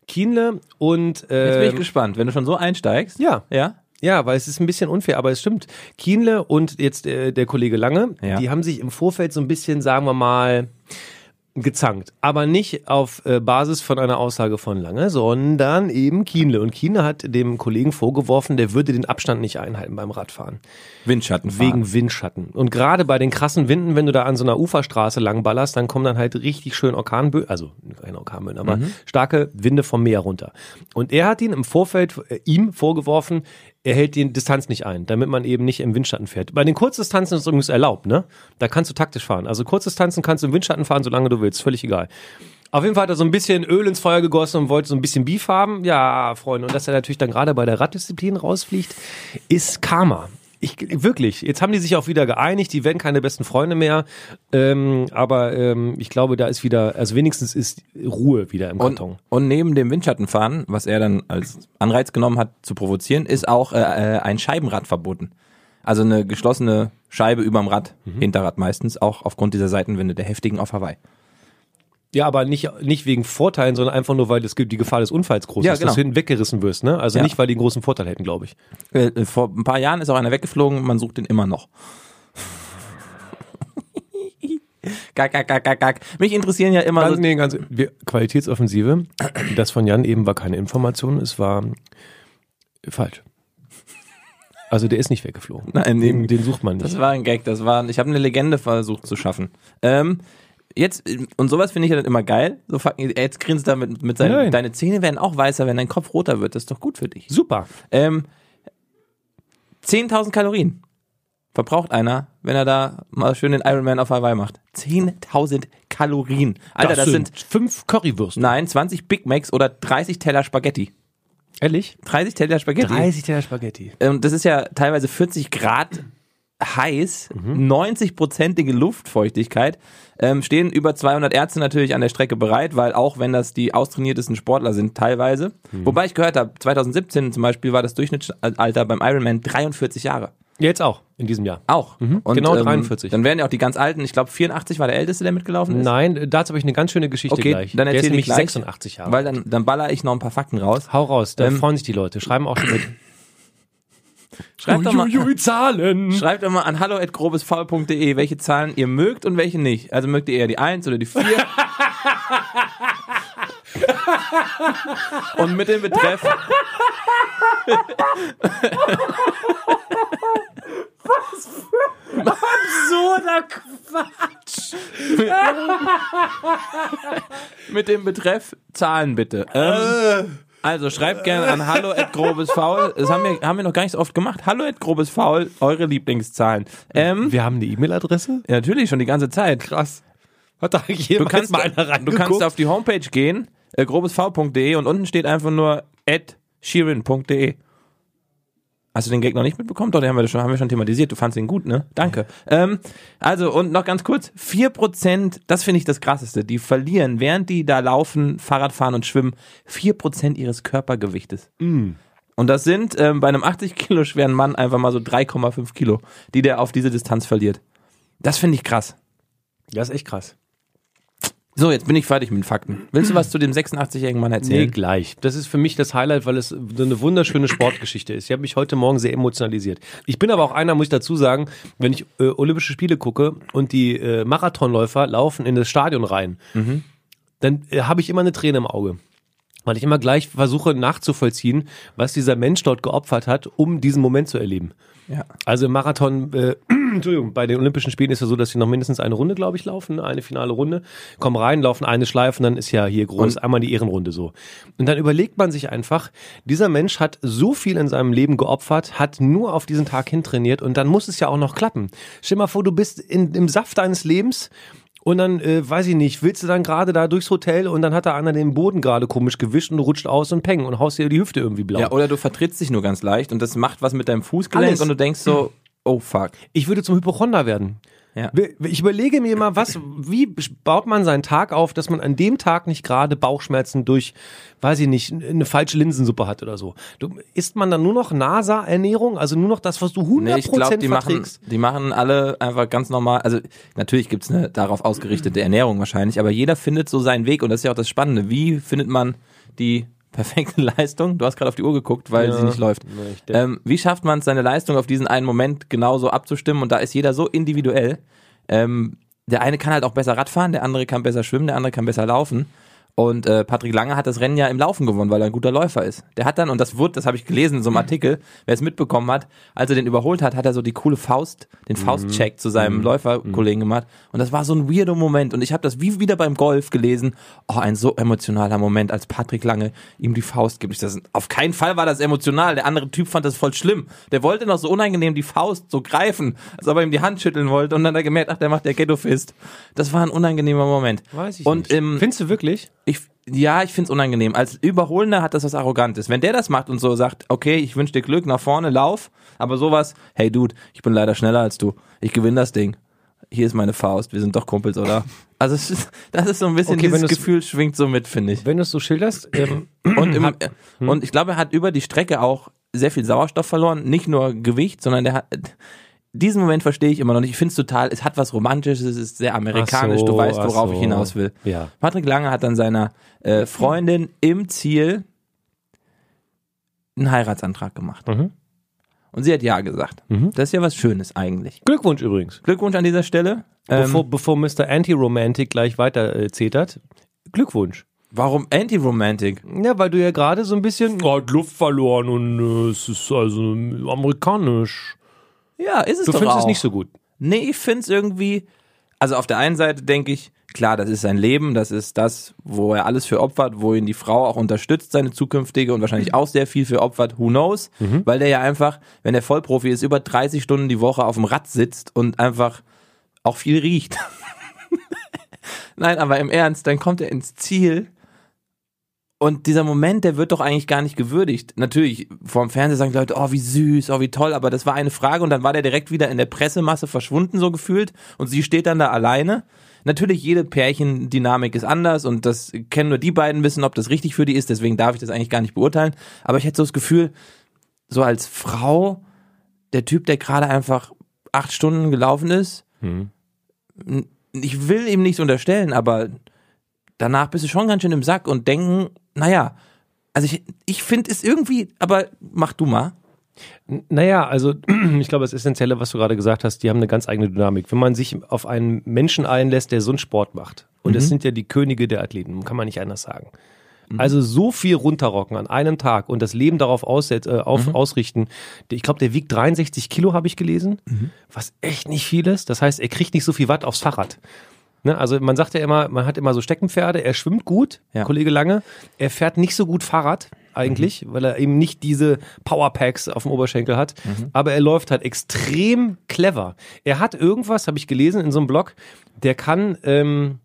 [SPEAKER 2] Kienle und
[SPEAKER 1] Jetzt bin
[SPEAKER 2] äh,
[SPEAKER 1] ich gespannt, wenn du schon so einsteigst.
[SPEAKER 2] ja,
[SPEAKER 1] Ähm, Ja?
[SPEAKER 2] ja, weil es ist ein bisschen unfair, aber es stimmt. Kienle und jetzt äh, der Kollege Lange,
[SPEAKER 1] Ja.
[SPEAKER 2] die haben sich im Vorfeld so ein bisschen, sagen wir mal, gezankt. Aber nicht auf äh, Basis von einer Aussage von Lange, sondern eben Kienle. Und Kienle hat dem Kollegen vorgeworfen, der würde den Abstand nicht einhalten beim Radfahren.
[SPEAKER 1] Windschatten
[SPEAKER 2] Wegen Windschatten. Und gerade bei den krassen Winden, wenn du da an so einer Uferstraße lang ballerst, dann kommen dann halt richtig schön Orkanböen, also keine Orkanböen, aber starke Winde vom Meer runter. Und er hat ihn im Vorfeld, äh, ihm vorgeworfen, er hält die Distanz nicht ein, damit man eben nicht im Windschatten fährt. Bei den Kurzdistanzen ist es übrigens erlaubt, ne? Da kannst du taktisch fahren. Also Kurzdistanzen kannst du im Windschatten fahren, solange du willst, völlig egal. Auf jeden Fall hat er so ein bisschen Öl ins Feuer gegossen und wollte so ein bisschen Beef haben. Ja, Freunde, und dass er natürlich dann gerade bei der Raddisziplin rausfliegt, ist Karma. Ich, wirklich, jetzt haben die sich auch wieder geeinigt, die werden keine besten Freunde mehr. Ähm, aber ähm, ich glaube, da ist wieder, also wenigstens ist Ruhe wieder im
[SPEAKER 1] Und,
[SPEAKER 2] Karton.
[SPEAKER 1] und neben dem Windschattenfahren, was er dann als Anreiz genommen hat zu provozieren, ist auch äh, äh, ein Scheibenrad verboten. Also eine geschlossene Scheibe überm Rad, Hinterrad meistens, auch aufgrund dieser Seitenwinde, der heftigen auf Hawaii.
[SPEAKER 2] Ja, aber nicht, nicht wegen Vorteilen, sondern einfach nur, weil es gibt die Gefahr des Unfalls groß
[SPEAKER 1] Ja,
[SPEAKER 2] ist,
[SPEAKER 1] genau.
[SPEAKER 2] dass du hinten weggerissen wirst. Ne? Also
[SPEAKER 1] Ja.
[SPEAKER 2] nicht, weil die einen großen Vorteil hätten, glaube ich.
[SPEAKER 1] Äh, vor ein paar Jahren ist auch einer weggeflogen, man sucht ihn immer noch. Gack, gack, gack, gack, gack. Mich interessieren ja immer
[SPEAKER 2] Ganz,
[SPEAKER 1] so,
[SPEAKER 2] nee, ganz, wir, Qualitätsoffensive, das von Jan eben war keine Information, es war falsch. Also der ist nicht weggeflogen.
[SPEAKER 1] Nein, nee.
[SPEAKER 2] den, den sucht man
[SPEAKER 1] Das
[SPEAKER 2] nicht.
[SPEAKER 1] war ein Gag, das war, ich habe eine Legende versucht zu schaffen. Ähm, jetzt, und sowas finde ich ja dann immer geil. So, fuck, jetzt grinst er mit, mit seinen,
[SPEAKER 2] Nein.
[SPEAKER 1] deine Zähne werden auch weißer, wenn dein Kopf roter wird. Das ist doch gut für dich.
[SPEAKER 2] Super.
[SPEAKER 1] Ähm, 10.000 Kalorien verbraucht einer, wenn er da mal schön den Ironman auf Hawaii macht. 10.000 Kalorien. Alter, das, sind,
[SPEAKER 2] fünf Currywürste.
[SPEAKER 1] nein, 20 Big Macs oder 30 Teller Spaghetti.
[SPEAKER 2] Ehrlich?
[SPEAKER 1] 30 Teller Spaghetti.
[SPEAKER 2] 30 Teller Spaghetti.
[SPEAKER 1] ähm, das ist ja teilweise 40 Grad heiß,
[SPEAKER 2] Mhm.
[SPEAKER 1] 90-prozentige Luftfeuchtigkeit, ähm, stehen über 200 Ärzte natürlich an der Strecke bereit, weil auch wenn das die austrainiertesten Sportler sind, teilweise.
[SPEAKER 2] Mhm.
[SPEAKER 1] Wobei ich gehört habe, 2017 zum Beispiel war das Durchschnittsalter beim Ironman 43 Jahre.
[SPEAKER 2] Jetzt auch, in diesem Jahr.
[SPEAKER 1] Auch. Und, ähm,
[SPEAKER 2] genau 43.
[SPEAKER 1] Dann werden ja auch die ganz Alten, ich glaube 84 war der Älteste, der mitgelaufen ist.
[SPEAKER 2] Nein, dazu habe ich eine ganz schöne Geschichte
[SPEAKER 1] Okay,
[SPEAKER 2] gleich.
[SPEAKER 1] dann
[SPEAKER 2] der ist
[SPEAKER 1] erzähl ich
[SPEAKER 2] nämlich
[SPEAKER 1] gleich,
[SPEAKER 2] 86 Jahre.
[SPEAKER 1] Weil dann, dann baller ich noch ein paar Fakten raus.
[SPEAKER 2] Hau raus, da
[SPEAKER 1] Ähm,
[SPEAKER 2] freuen sich die Leute. Schreiben auch schon mit.
[SPEAKER 1] Schreibt doch mal,
[SPEAKER 2] Uiuiui, Zahlen.
[SPEAKER 1] Schreibt doch mal an hallo.grobesfaul.de, welche Zahlen ihr mögt und welche nicht. Also mögt ihr eher die 1 oder die 4? und mit dem Betreff.
[SPEAKER 2] absurder Quatsch.
[SPEAKER 1] Mit dem Betreff Zahlen bitte. Ähm, also schreibt gerne an hallo.grobesfaul. Das haben wir, haben wir noch gar nicht so oft gemacht. Hallo.grobesfaul, eure Lieblingszahlen. Ähm,
[SPEAKER 2] Wir haben eine E-Mail-Adresse.
[SPEAKER 1] ja, natürlich schon die ganze Zeit. Krass.
[SPEAKER 2] Hat da eigentlich
[SPEAKER 1] Du
[SPEAKER 2] jemand
[SPEAKER 1] kannst,
[SPEAKER 2] mal einer
[SPEAKER 1] du
[SPEAKER 2] reingeguckt?
[SPEAKER 1] kannst auf die Homepage gehen, äh, grobesv.de und unten steht einfach nur at sheeran.de. Hast du den Gag noch nicht mitbekommen? Doch, den haben wir schon, haben wir schon thematisiert. Du fandst ihn gut, ne? Danke. Ähm, also, und noch ganz kurz. 4%, das finde ich das Krasseste, die verlieren, während die da laufen, Fahrrad fahren und schwimmen, 4% ihres Körpergewichtes. Und das sind ähm, bei einem 80 Kilo schweren Mann einfach mal so 3,5 Kilo, die der auf diese Distanz verliert. Das finde ich krass.
[SPEAKER 2] das ist echt krass.
[SPEAKER 1] So, jetzt bin ich fertig mit den Fakten. Willst du was zu dem 86-jährigen Mann
[SPEAKER 2] Nee,
[SPEAKER 1] erzählen?
[SPEAKER 2] gleich. Das ist für mich das Highlight, weil es so eine wunderschöne Sportgeschichte ist. Ich habe mich heute Morgen sehr emotionalisiert. Ich bin aber auch einer, muss ich dazu sagen, wenn ich äh, Olympische Spiele gucke und die äh, Marathonläufer laufen in das Stadion rein, dann äh, habe ich immer eine Träne im Auge. Weil ich immer gleich versuche nachzuvollziehen, was dieser Mensch dort geopfert hat, um diesen Moment zu erleben.
[SPEAKER 1] Ja.
[SPEAKER 2] Also im Marathon, äh, Entschuldigung, bei den Olympischen Spielen ist ja so, dass sie noch mindestens eine Runde, glaube ich, laufen, eine finale Runde, kommen rein, laufen eine Schleife, und dann ist ja hier groß einmal die Ehrenrunde so. Und dann überlegt man sich einfach, dieser Mensch hat so viel in seinem Leben geopfert, hat nur auf diesen Tag hintrainiert und dann muss es ja auch noch klappen. Stell dir mal vor, du bist in, im Saft deines Lebens und dann, äh, weiß ich nicht, willst du dann gerade da durchs Hotel und dann hat da einer den Boden gerade komisch gewischt und du rutscht aus und peng und haust dir die Hüfte irgendwie blau.
[SPEAKER 1] Ja, oder du vertrittst dich nur ganz leicht und das macht was mit deinem Fußgelenk
[SPEAKER 2] Alles.
[SPEAKER 1] und du denkst so, oh fuck.
[SPEAKER 2] ich würde zum Hypochonder werden.
[SPEAKER 1] Ja.
[SPEAKER 2] Ich überlege mir mal, was, wie baut man seinen Tag auf, dass man an dem Tag nicht gerade Bauchschmerzen durch, weiß ich nicht, eine falsche Linsensuppe hat oder so. Du, isst man dann nur noch NASA-Ernährung, also nur noch das, was du 100%
[SPEAKER 1] Nee, ich glaube, die machen,
[SPEAKER 2] verträgst?
[SPEAKER 1] die machen alle einfach ganz normal. Also natürlich gibt's eine darauf ausgerichtete Ernährung wahrscheinlich, aber jeder findet so seinen Weg und das ist ja auch das Spannende. Wie findet man die perfekte Leistung? Du hast gerade auf die Uhr geguckt, weil sie nicht läuft.
[SPEAKER 2] ich denk-
[SPEAKER 1] ähm, wie schafft genau man es, seine Leistung auf diesen einen Moment genauso abzustimmen? Und da ist jeder so individuell. Ähm, der eine kann halt auch besser Radfahren, der andere kann besser schwimmen, der andere kann besser laufen. Und äh, Patrick Lange hat das Rennen ja im Laufen gewonnen, weil er ein guter Läufer ist. Der hat dann, und das wurde, das habe ich gelesen in so einem Artikel, wer es mitbekommen hat, als er den überholt hat, hat er so die coole Faust, den Faustcheck zu seinem Läuferkollegen gemacht. Und das war so ein weirder Moment. Und ich habe das wie wieder beim Golf gelesen. Oh, ein so emotionaler Moment, als Patrick Lange ihm die Faust gibt. Ich das, auf keinen Fall war das emotional. Der andere Typ fand das voll schlimm. Der wollte noch so unangenehm die Faust so greifen, als ob er ihm die Hand schütteln wollte. Und dann hat er gemerkt, ach, der macht der Ghetto-Fist. Das war ein unangenehmer Moment.
[SPEAKER 2] Weiß ich
[SPEAKER 1] und
[SPEAKER 2] nicht.
[SPEAKER 1] Im,
[SPEAKER 2] Findest du wirklich?
[SPEAKER 1] ich, ja, ich find's unangenehm. Als Überholender hat das was Arrogantes. Wenn der das macht und so sagt, okay, ich wünsche dir Glück, nach vorne, lauf, aber sowas, hey Dude, ich bin leider schneller als du, ich gewinne das Ding. Hier ist meine Faust, wir sind doch Kumpels, oder? Also es ist, das ist so ein bisschen
[SPEAKER 2] Okay, wenn
[SPEAKER 1] dieses
[SPEAKER 2] du's-
[SPEAKER 1] Gefühl schwingt so mit, finde ich.
[SPEAKER 2] Wenn du es so schilderst, ähm,
[SPEAKER 1] Und, im, äh, und ich glaube, er hat über die Strecke auch sehr viel Sauerstoff verloren. Nicht nur Gewicht, sondern der hat. Diesen Moment verstehe ich immer noch nicht. Ich finde es total, es hat was Romantisches, es ist sehr amerikanisch,
[SPEAKER 2] Ach so,
[SPEAKER 1] Äh, du weißt,
[SPEAKER 2] ach
[SPEAKER 1] worauf
[SPEAKER 2] so.
[SPEAKER 1] ich hinaus will.
[SPEAKER 2] Ja.
[SPEAKER 1] Patrick Lange hat dann seiner
[SPEAKER 2] Mhm.
[SPEAKER 1] äh, Freundin im Ziel einen Heiratsantrag gemacht.
[SPEAKER 2] Mhm.
[SPEAKER 1] Und sie hat Ja gesagt. Das ist ja was Schönes eigentlich.
[SPEAKER 2] Glückwunsch übrigens.
[SPEAKER 1] Glückwunsch an dieser Stelle. Ähm,
[SPEAKER 2] bevor, bevor Mr. Anti-Romantic gleich weiter äh, zetert, Glückwunsch.
[SPEAKER 1] warum Anti-Romantic?
[SPEAKER 2] Ja, weil du ja gerade so ein bisschen oh, hat Luft verloren und äh, es ist also ähm, amerikanisch.
[SPEAKER 1] Ja, ist es
[SPEAKER 2] Du
[SPEAKER 1] doch
[SPEAKER 2] findest
[SPEAKER 1] auch.
[SPEAKER 2] es nicht so gut.
[SPEAKER 1] Nee, ich find's irgendwie. Also auf der einen Seite denke ich, klar, das ist sein Leben, das ist das, wo er alles für opfert, wo ihn die Frau auch unterstützt, seine zukünftige und wahrscheinlich auch sehr viel für opfert, who knows, weil der ja einfach, wenn er Vollprofi ist, über 30 Stunden die Woche auf dem Rad sitzt und einfach auch viel riecht. Nein, aber im Ernst, dann kommt er ins Ziel und dieser Moment, der wird doch eigentlich gar nicht gewürdigt. Natürlich, vorm Fernseher sagen die Leute, oh, wie süß, oh, wie toll, aber das war eine Frage und dann war der direkt wieder in der Pressemasse verschwunden, so gefühlt, und sie steht dann da alleine. Natürlich, jede Pärchendynamik ist anders und das kennen nur die beiden wissen, ob das richtig für die ist, deswegen darf ich das eigentlich gar nicht beurteilen. Aber ich hätte so das Gefühl, so als Frau, der Typ, der gerade einfach acht Stunden gelaufen ist, n- ich will ihm nichts unterstellen, aber danach bist du schon ganz schön im Sack und denken, naja, also ich, ich finde es irgendwie, aber mach du mal.
[SPEAKER 2] Naja, also ich glaube, das Essentielle, was du gerade gesagt hast, die haben eine ganz eigene Dynamik. Wenn man sich auf einen Menschen einlässt, der so einen Sport macht, und das sind ja die Könige der Athleten, kann man nicht anders sagen. Also so viel runterrocken an einem Tag und das Leben darauf ausset, äh, auf, ausrichten. Ich glaube, der wiegt 63 Kilo, habe ich gelesen, was echt nicht viel ist. Das heißt, er kriegt nicht so viel Watt aufs Fahrrad. Ne, also man sagt ja immer, man hat immer so Steckenpferde, er schwimmt gut,
[SPEAKER 1] Ja.
[SPEAKER 2] Kollege Lange, er fährt nicht so gut Fahrrad eigentlich, weil er eben nicht diese Powerpacks auf dem Oberschenkel hat, aber er läuft halt extrem clever. Er hat irgendwas, habe ich gelesen in so einem Blog, der kann, ähm,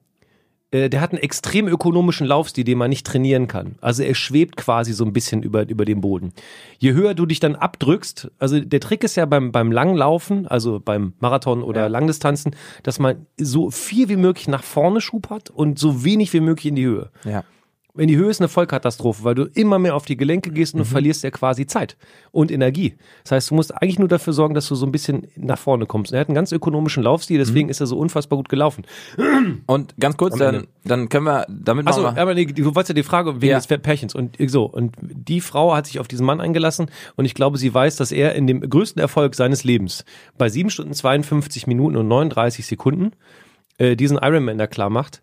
[SPEAKER 2] äh, der hat einen extrem ökonomischen Laufstil, den man nicht trainieren kann. Also er schwebt quasi so ein bisschen über, über dem Boden. Je höher du dich dann abdrückst, also der Trick ist ja beim, beim Langlaufen, also beim Marathon oder Langdistanzen, dass man so viel wie möglich nach vorne Schub hat und so wenig wie möglich in die Höhe.
[SPEAKER 1] Ja.
[SPEAKER 2] Wenn die Höhe ist eine Vollkatastrophe, weil du immer mehr auf die Gelenke gehst und du verlierst ja quasi Zeit und Energie. Das heißt, du musst eigentlich nur dafür sorgen, dass du so ein bisschen nach vorne kommst. Und er hat einen ganz ökonomischen Laufstil, deswegen ist er so unfassbar gut gelaufen.
[SPEAKER 1] Und ganz kurz, dann, dann können wir damit
[SPEAKER 2] Achso,
[SPEAKER 1] machen. wir-
[SPEAKER 2] Also, aber nee, du wolltest ja die Frage wegen
[SPEAKER 1] Ja.
[SPEAKER 2] des Pärchens und so. Und die Frau hat sich auf diesen Mann eingelassen und ich glaube, sie weiß, dass er in dem größten Erfolg seines Lebens bei 7 Stunden 52 Minuten und 39 Sekunden äh, diesen Ironman da klar macht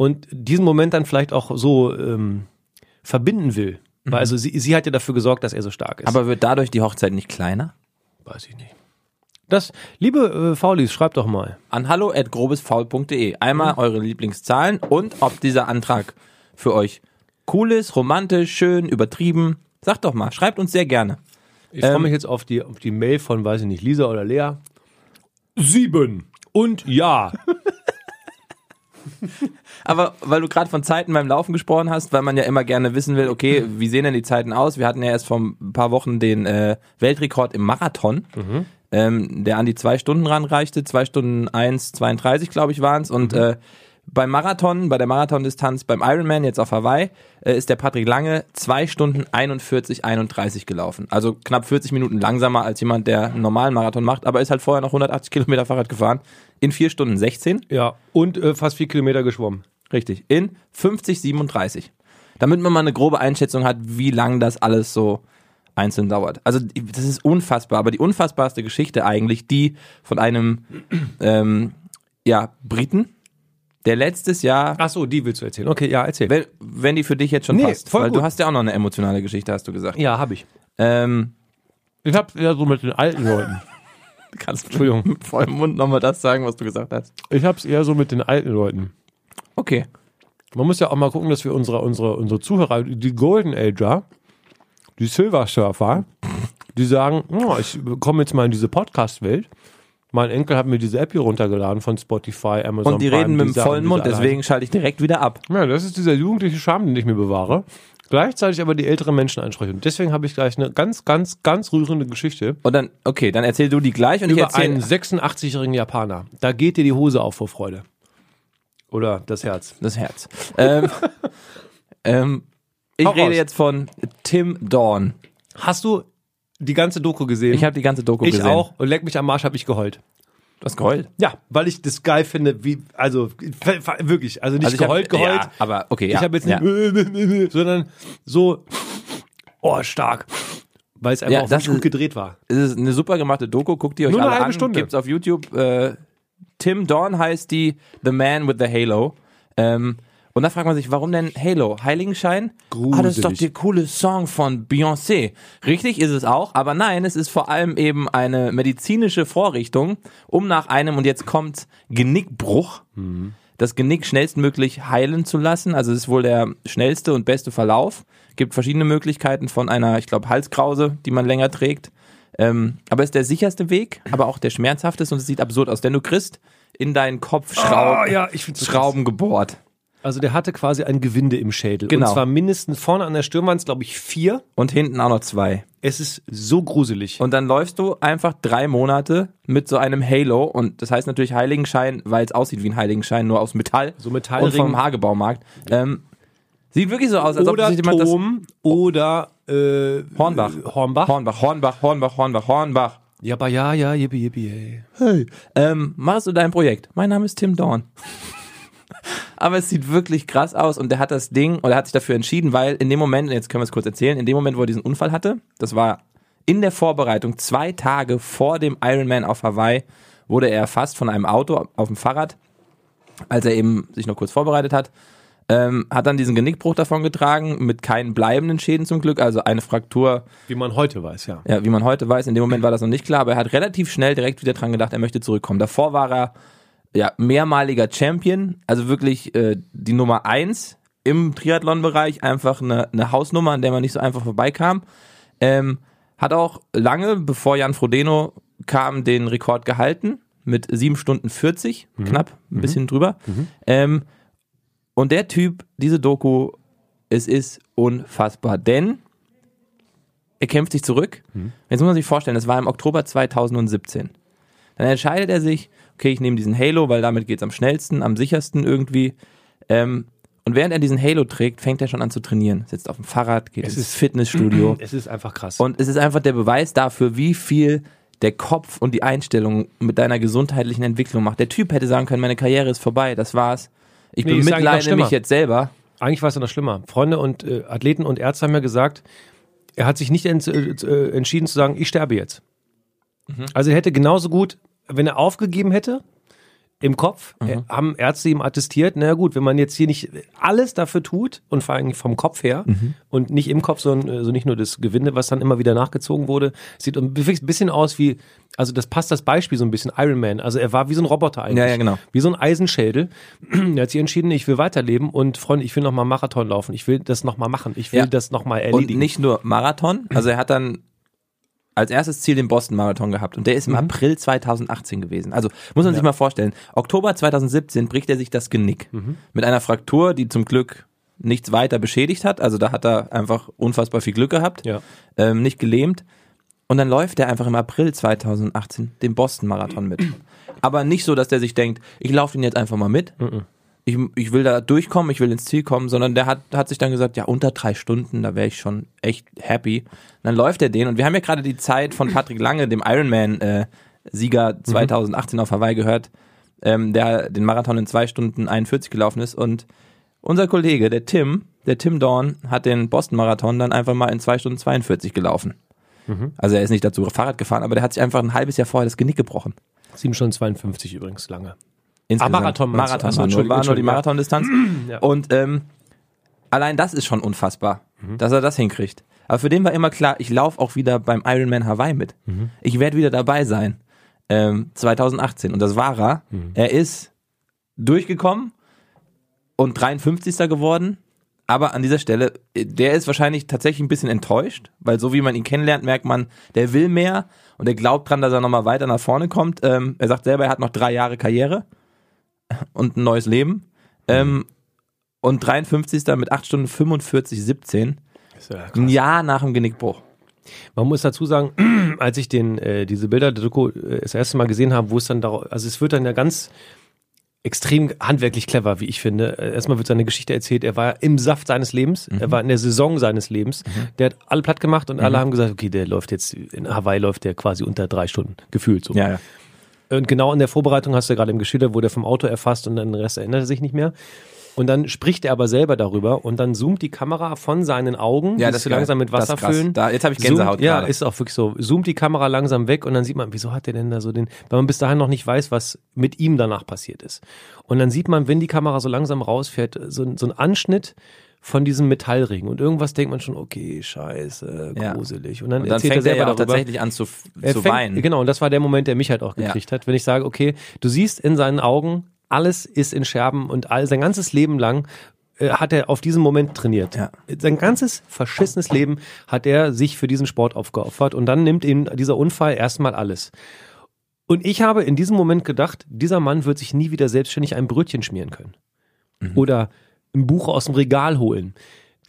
[SPEAKER 2] und diesen Moment dann vielleicht auch so ähm, verbinden will. Weil also sie, sie hat ja dafür gesorgt, dass er so stark ist.
[SPEAKER 1] Aber wird dadurch die Hochzeit nicht kleiner?
[SPEAKER 2] weiß ich nicht. Das, liebe äh, Faulis, schreibt doch mal.
[SPEAKER 1] An hallo.grobesfaul.de. Einmal eure Lieblingszahlen und ob dieser Antrag für euch cool ist, romantisch, schön, übertrieben. Sagt doch mal, schreibt uns sehr gerne.
[SPEAKER 2] Ich freue mich jetzt auf die, auf die Mail von, weiß ich nicht, Lisa oder Lea. Sieben. Und ja.
[SPEAKER 1] Aber weil du gerade von Zeiten beim Laufen gesprochen hast, weil man ja immer gerne wissen will, okay, wie sehen denn die Zeiten aus? Wir hatten ja erst vor ein paar Wochen den äh, Weltrekord im Marathon, ähm, der an die zwei Stunden ranreichte. Zwei Stunden 1,32, glaube ich, waren es. Und äh, beim Marathon, bei der Marathondistanz, beim Ironman, jetzt auf Hawaii, äh, ist der Patrick Lange zwei Stunden 41, 31 gelaufen. Also knapp 40 Minuten langsamer als jemand, der einen normalen Marathon macht, aber ist halt vorher noch 180 Kilometer Fahrrad gefahren. In vier Stunden 16.
[SPEAKER 2] Ja, und äh, fast vier Kilometer geschwommen.
[SPEAKER 1] Richtig. In 5037. Damit man mal eine grobe Einschätzung hat, wie lang das alles so einzeln dauert. Also das ist unfassbar, aber die unfassbarste Geschichte eigentlich, die von einem ähm, ja, Briten, der letztes Jahr,
[SPEAKER 2] Ach so, die willst du erzählen. Ah, Okay, ja, erzähl.
[SPEAKER 1] wenn, wenn die für dich jetzt schon
[SPEAKER 2] Nee,
[SPEAKER 1] passt,
[SPEAKER 2] voll
[SPEAKER 1] weil
[SPEAKER 2] gut.
[SPEAKER 1] du hast ja auch noch eine emotionale Geschichte, hast du gesagt.
[SPEAKER 2] ja, habe ich.
[SPEAKER 1] Ähm,
[SPEAKER 2] Ich hab's eher so mit den alten Leuten.
[SPEAKER 1] kannst du Entschuldigung, mit vollem Mund nochmal das sagen, was du gesagt hast?
[SPEAKER 2] Ich hab's eher so mit den alten Leuten.
[SPEAKER 1] Okay.
[SPEAKER 2] Man muss ja auch mal gucken, dass wir unsere, unsere, unsere Zuhörer, die Golden Ager, die Silver Surfer, die sagen, "Oh, ich komme jetzt mal in diese Podcast-Welt. Mein Enkel hat mir diese App hier runtergeladen von Spotify, Amazon
[SPEAKER 1] Und die
[SPEAKER 2] Prime,
[SPEAKER 1] reden mit dem
[SPEAKER 2] Deezer und
[SPEAKER 1] vollen
[SPEAKER 2] diese
[SPEAKER 1] Mund,
[SPEAKER 2] alle
[SPEAKER 1] deswegen schalte ich direkt wieder ab.
[SPEAKER 2] Ja, das ist dieser jugendliche Charme, den ich mir bewahre. Gleichzeitig aber die älteren Menschen anspreche. Und deswegen habe ich gleich eine ganz, ganz, ganz rührende Geschichte
[SPEAKER 1] Und dann, okay, dann erzähl du die gleich und ich
[SPEAKER 2] über einen
[SPEAKER 1] erzähl.
[SPEAKER 2] 86-jährigen Japaner. Da geht dir die Hose auf vor Freude. Oder das Herz.
[SPEAKER 1] Das Herz. ähm, ähm, ich
[SPEAKER 2] Hau
[SPEAKER 1] rede
[SPEAKER 2] raus.
[SPEAKER 1] jetzt von Tim Dawn.
[SPEAKER 2] Hast du die ganze Doku gesehen?
[SPEAKER 1] Ich habe die ganze Doku
[SPEAKER 2] Hm. ich
[SPEAKER 1] gesehen.
[SPEAKER 2] auch. Und leck mich am Arsch, habe ich geheult.
[SPEAKER 1] Das Geheul.
[SPEAKER 2] Ja, weil ich das geil finde, wie, also ver- ver- wirklich, also nicht
[SPEAKER 1] Also ich
[SPEAKER 2] geheult,
[SPEAKER 1] hab,
[SPEAKER 2] geheult.
[SPEAKER 1] Ja, aber okay, ja.
[SPEAKER 2] Ich habe jetzt
[SPEAKER 1] ja.
[SPEAKER 2] nicht, sondern so, oh, stark. Weil es einfach
[SPEAKER 1] Ja,
[SPEAKER 2] auch
[SPEAKER 1] das
[SPEAKER 2] wirklich gut
[SPEAKER 1] ist-
[SPEAKER 2] gedreht war.
[SPEAKER 1] Es ist eine super gemachte Doku, guckt die euch
[SPEAKER 2] Nur eine
[SPEAKER 1] alle
[SPEAKER 2] halbe
[SPEAKER 1] an.
[SPEAKER 2] Stunde.
[SPEAKER 1] Gibt's auf YouTube. Äh, Tim Dawn heißt die The Man with the Halo. Ähm, und da fragt man sich, warum denn Halo? Heiligenschein? Ah, das ist doch
[SPEAKER 2] Gruselig.
[SPEAKER 1] der coole Song von Beyoncé. Richtig ist es auch, aber nein, es ist vor allem eben eine medizinische Vorrichtung, um nach einem, und jetzt kommt Genickbruch, das Genick schnellstmöglich heilen zu lassen. Also es ist wohl der schnellste und beste Verlauf. Gibt verschiedene Möglichkeiten von einer, ich glaube, Halskrause, die man länger trägt. Ähm, aber ist der sicherste Weg, aber auch der schmerzhafteste und es sieht absurd aus, denn du kriegst in deinen Kopf
[SPEAKER 2] Ah,
[SPEAKER 1] Schrauben,
[SPEAKER 2] ich finde
[SPEAKER 1] Schrauben gebohrt.
[SPEAKER 2] Also der hatte quasi ein Gewinde im Schädel.
[SPEAKER 1] Genau.
[SPEAKER 2] Und zwar mindestens vorne an der Stirn waren es, glaube ich, vier.
[SPEAKER 1] Und hinten auch noch zwei.
[SPEAKER 2] Es ist so gruselig.
[SPEAKER 1] Und dann läufst du einfach drei Monate mit so einem Halo und das heißt natürlich Heiligenschein, weil es aussieht wie ein Heiligenschein, nur aus Metall.
[SPEAKER 2] So
[SPEAKER 1] und
[SPEAKER 2] Metallring.
[SPEAKER 1] vom Hagebaumarkt. Ähm, sieht wirklich so aus, als ob
[SPEAKER 2] oder
[SPEAKER 1] sich jemand das
[SPEAKER 2] Turm oder äh,
[SPEAKER 1] Hornbach.
[SPEAKER 2] Hornbach.
[SPEAKER 1] Hornbach, Hornbach, Hornbach, Hornbach, Hornbach.
[SPEAKER 2] ja, aber ja, ja, yippie, yippie, ey.
[SPEAKER 1] Ähm, machst du dein Projekt? Mein Name ist Tim Dorn. Aber es sieht wirklich krass aus und der hat das Ding oder hat sich dafür entschieden, weil in dem Moment, und jetzt können wir es kurz erzählen, in dem Moment, wo er diesen Unfall hatte, das war in der Vorbereitung zwei Tage vor dem Ironman auf Hawaii, wurde er erfasst von einem Auto auf dem Fahrrad, als er eben sich noch kurz vorbereitet hat. Ähm, hat dann diesen Genickbruch davon getragen, mit keinen bleibenden Schäden zum Glück, also eine Fraktur
[SPEAKER 2] Wie man heute weiß, ja.
[SPEAKER 1] ja, wie man heute weiß, in dem Moment war das noch nicht klar, aber er hat relativ schnell direkt wieder dran gedacht, er möchte zurückkommen. Davor war er ja, mehrmaliger Champion, also wirklich äh, die Nummer eins im Triathlon-Bereich, einfach eine, eine Hausnummer, an der man nicht so einfach vorbeikam. Ähm, hat auch lange, bevor Jan Frodeno kam, den Rekord gehalten mit 7 Stunden 40, knapp, ein bisschen drüber. Ähm, und der Typ, diese Doku, es ist unfassbar, denn er kämpft sich zurück. Jetzt muss man sich vorstellen, das war im Oktober 2017. Dann entscheidet er sich, okay, ich nehme diesen Halo, weil damit geht's am schnellsten, am sichersten irgendwie. Ähm, und während er diesen Halo trägt, fängt er schon an zu trainieren. Sitzt auf dem Fahrrad, geht ins
[SPEAKER 2] ist-
[SPEAKER 1] Fitnessstudio.
[SPEAKER 2] Es ist einfach krass.
[SPEAKER 1] Und es ist einfach der Beweis dafür, wie viel der Kopf und die Einstellung mit deiner gesundheitlichen Entwicklung macht. Der Typ hätte sagen können, meine Karriere ist vorbei, das war's. Ich
[SPEAKER 2] Nee,
[SPEAKER 1] bin
[SPEAKER 2] ist eigentlich noch
[SPEAKER 1] bemitleide
[SPEAKER 2] schlimmer.
[SPEAKER 1] mich jetzt selber.
[SPEAKER 2] Eigentlich war es ja noch schlimmer. Freunde und äh, Athleten und Ärzte haben ja gesagt, er hat sich nicht ents äh, äh, entschieden zu sagen, ich sterbe jetzt.
[SPEAKER 1] Mhm.
[SPEAKER 2] Also er hätte genauso gut, wenn er aufgegeben hätte, im Kopf,
[SPEAKER 1] Mhm.
[SPEAKER 2] äh, haben Ärzte ihm attestiert, na gut, wenn man jetzt hier nicht alles dafür tut und vor allem vom Kopf her
[SPEAKER 1] Mhm.
[SPEAKER 2] und nicht im Kopf, sondern äh, so nicht nur das Gewinde, was dann immer wieder nachgezogen wurde, sieht ein bi- bisschen aus wie, also das passt das Beispiel so ein bisschen, Iron Man. Also er war wie so ein Roboter eigentlich.
[SPEAKER 1] Ja, ja, genau.
[SPEAKER 2] Wie so ein Eisenschädel. er hat sich entschieden, ich will weiterleben und Freunde, ich will nochmal Marathon laufen, ich will das nochmal machen, ich will
[SPEAKER 1] Ja.
[SPEAKER 2] das nochmal
[SPEAKER 1] Und
[SPEAKER 2] erledigen.
[SPEAKER 1] nicht nur Marathon, also er hat dann als erstes Ziel den Boston-Marathon gehabt und der ist im
[SPEAKER 2] Mhm.
[SPEAKER 1] April 2018 gewesen. Also muss man sich mal vorstellen, Oktober 2017 bricht er sich das Genick
[SPEAKER 2] Mhm.
[SPEAKER 1] mit einer Fraktur, die zum Glück nichts weiter beschädigt hat. Also da hat er einfach unfassbar viel Glück gehabt.
[SPEAKER 2] ja.
[SPEAKER 1] ähm, nicht gelähmt. Und dann läuft er einfach im April 2018 den Boston-Marathon mit. Aber nicht so, dass der sich denkt, ich laufe den jetzt einfach mal mit. Ich, ich will da durchkommen, ich will ins Ziel kommen, sondern der hat, hat sich dann gesagt, ja, unter drei Stunden, da wäre ich schon echt happy. Und dann läuft er den und wir haben ja gerade die Zeit von Patrick Lange, dem Ironman-Sieger 2018 auf Hawaii gehört, ähm, der den Marathon in zwei Stunden 41 gelaufen ist und unser Kollege, der Tim, der Tim Dorn, hat den Boston-Marathon dann einfach mal in 2 Stunden 42 gelaufen. Also er ist nicht dazu Fahrrad gefahren, aber der hat sich einfach ein halbes Jahr vorher das Genick gebrochen.
[SPEAKER 2] 7 Stunden 52 übrigens lange.
[SPEAKER 1] Insgesamt.
[SPEAKER 2] Ah, Marathon meinst
[SPEAKER 1] Marathon,
[SPEAKER 2] du? Achso,
[SPEAKER 1] war nur,
[SPEAKER 2] Entschuldigung,
[SPEAKER 1] war nur die
[SPEAKER 2] Entschuldigung, ja.
[SPEAKER 1] Marathondistanz.
[SPEAKER 2] Ja.
[SPEAKER 1] Und ähm, allein das ist schon unfassbar,
[SPEAKER 2] Mhm.
[SPEAKER 1] dass er das hinkriegt. Aber für den war immer klar, ich laufe auch wieder beim Ironman Hawaii mit.
[SPEAKER 2] Mhm.
[SPEAKER 1] Ich werde wieder dabei sein. Ähm, 2018. Und das war er.
[SPEAKER 2] Mhm.
[SPEAKER 1] Er ist durchgekommen und 53. geworden. Aber an dieser Stelle, äh, der ist wahrscheinlich tatsächlich ein bisschen enttäuscht, weil so wie man ihn kennenlernt, merkt man, der will mehr und er glaubt dran, dass er nochmal weiter nach vorne kommt. Ähm, er sagt selber, er hat noch drei Jahre Karriere und ein neues Leben.
[SPEAKER 2] Mhm.
[SPEAKER 1] Ähm, und 53. mit 8 Stunden 45, 17. Ein Jahr nach dem Genickbruch.
[SPEAKER 2] Man muss dazu sagen, als ich den, äh, diese Bilder der Doku äh, das erste Mal gesehen habe, wo es dann darauf, also es wird dann ja ganz extrem handwerklich clever, wie ich finde. Äh, Erstmal wird seine Geschichte erzählt, er war im Saft seines Lebens,
[SPEAKER 1] Mhm.
[SPEAKER 2] er war in der Saison seines Lebens. Der hat alle platt gemacht und alle haben gesagt, okay, der läuft jetzt, in Hawaii läuft der quasi unter drei Stunden, gefühlt so.
[SPEAKER 1] Ja, ja.
[SPEAKER 2] Und genau in der Vorbereitung hast du ja gerade im Geschilder, wurde er vom Auto erfasst und an den Rest erinnert er sich nicht mehr. Und dann spricht er aber selber darüber und dann zoomt die Kamera von seinen Augen,
[SPEAKER 1] Ja,
[SPEAKER 2] die
[SPEAKER 1] das
[SPEAKER 2] so
[SPEAKER 1] ist geil.
[SPEAKER 2] langsam mit
[SPEAKER 1] Das
[SPEAKER 2] Wasser
[SPEAKER 1] ist krass.
[SPEAKER 2] füllen.
[SPEAKER 1] Da- jetzt hab ich Gänsehaut
[SPEAKER 2] Zoomt, Ja,
[SPEAKER 1] gerade.
[SPEAKER 2] ist auch wirklich so. Zoomt die Kamera langsam weg und dann sieht man, wieso hat der denn da so den, weil man bis dahin noch nicht weiß, was mit ihm danach passiert ist. Und dann sieht man, wenn die Kamera so langsam rausfährt, so, ein- so ein Anschnitt von diesem Metallring und irgendwas denkt man schon, okay, scheiße,
[SPEAKER 1] Ja.
[SPEAKER 2] gruselig. Und dann,
[SPEAKER 1] Und dann
[SPEAKER 2] erzählt
[SPEAKER 1] fängt
[SPEAKER 2] er
[SPEAKER 1] er ja
[SPEAKER 2] selber
[SPEAKER 1] auch
[SPEAKER 2] darüber.
[SPEAKER 1] tatsächlich an zu,
[SPEAKER 2] Er
[SPEAKER 1] zu
[SPEAKER 2] fängt-
[SPEAKER 1] weinen.
[SPEAKER 2] Genau, und das war der Moment, der mich halt auch gekriegt hat, wenn ich sage, okay, du siehst in seinen Augen, alles ist in Scherben und all sein ganzes Leben lang äh, hat er auf diesen Moment trainiert.
[SPEAKER 1] Ja.
[SPEAKER 2] Sein ganzes verschissenes Leben hat er sich für diesen Sport aufgeopfert und dann nimmt ihm dieser Unfall erstmal alles. Und ich habe in diesem Moment gedacht, dieser Mann wird sich nie wieder selbstständig ein Brötchen schmieren können.
[SPEAKER 1] Mhm.
[SPEAKER 2] Oder ein Buch aus dem Regal holen.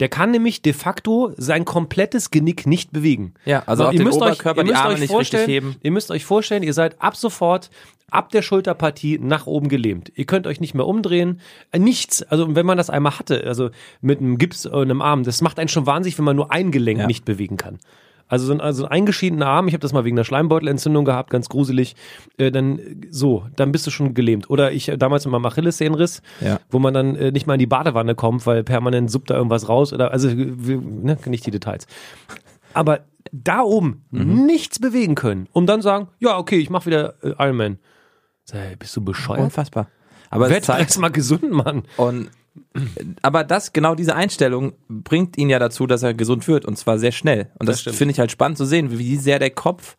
[SPEAKER 2] Der kann nämlich de facto sein komplettes Genick nicht bewegen.
[SPEAKER 1] Ja, also auch
[SPEAKER 2] ihr
[SPEAKER 1] den
[SPEAKER 2] müsst
[SPEAKER 1] Oberkörper,
[SPEAKER 2] euch, ihr
[SPEAKER 1] die
[SPEAKER 2] müsst
[SPEAKER 1] Arme
[SPEAKER 2] euch
[SPEAKER 1] nicht richtig
[SPEAKER 2] vorstellen,
[SPEAKER 1] heben.
[SPEAKER 2] Mhm. Ihr müsst euch vorstellen, ihr seid ab sofort ab der Schulterpartie nach oben gelähmt. Ihr könnt euch nicht mehr umdrehen. Äh, Nichts. Also und wenn man das einmal hatte, also mit einem Gips und einem Arm, das macht einen schon wahnsinnig, wenn man nur ein Gelenk
[SPEAKER 1] Ja.
[SPEAKER 2] nicht bewegen kann. Also so ein, also ein eingeschiedener Arm, ich habe das mal wegen einer Schleimbeutelentzündung gehabt, ganz gruselig. Äh, dann äh, so, dann bist du schon gelähmt. Oder ich äh, damals mit meinem Achillessehnenriss,
[SPEAKER 1] Ja.
[SPEAKER 2] wo man dann äh, nicht mal in die Badewanne kommt, weil permanent suppt da irgendwas raus oder also äh, wir- ne, nicht die Details aber da oben
[SPEAKER 1] Mhm.
[SPEAKER 2] nichts bewegen können, um dann sagen, ja, okay, ich mach wieder äh, Iron Man. Sei, bist du bescheuert?
[SPEAKER 1] Unfassbar. Aber es
[SPEAKER 2] Werd doch
[SPEAKER 1] zeigt,
[SPEAKER 2] erst mal gesund, Mann.
[SPEAKER 1] Und, aber das, genau diese Einstellung bringt ihn ja dazu, dass er gesund wird und zwar sehr schnell. Und das,
[SPEAKER 2] stimmt.
[SPEAKER 1] finde ich halt spannend zu sehen, wie sehr der Kopf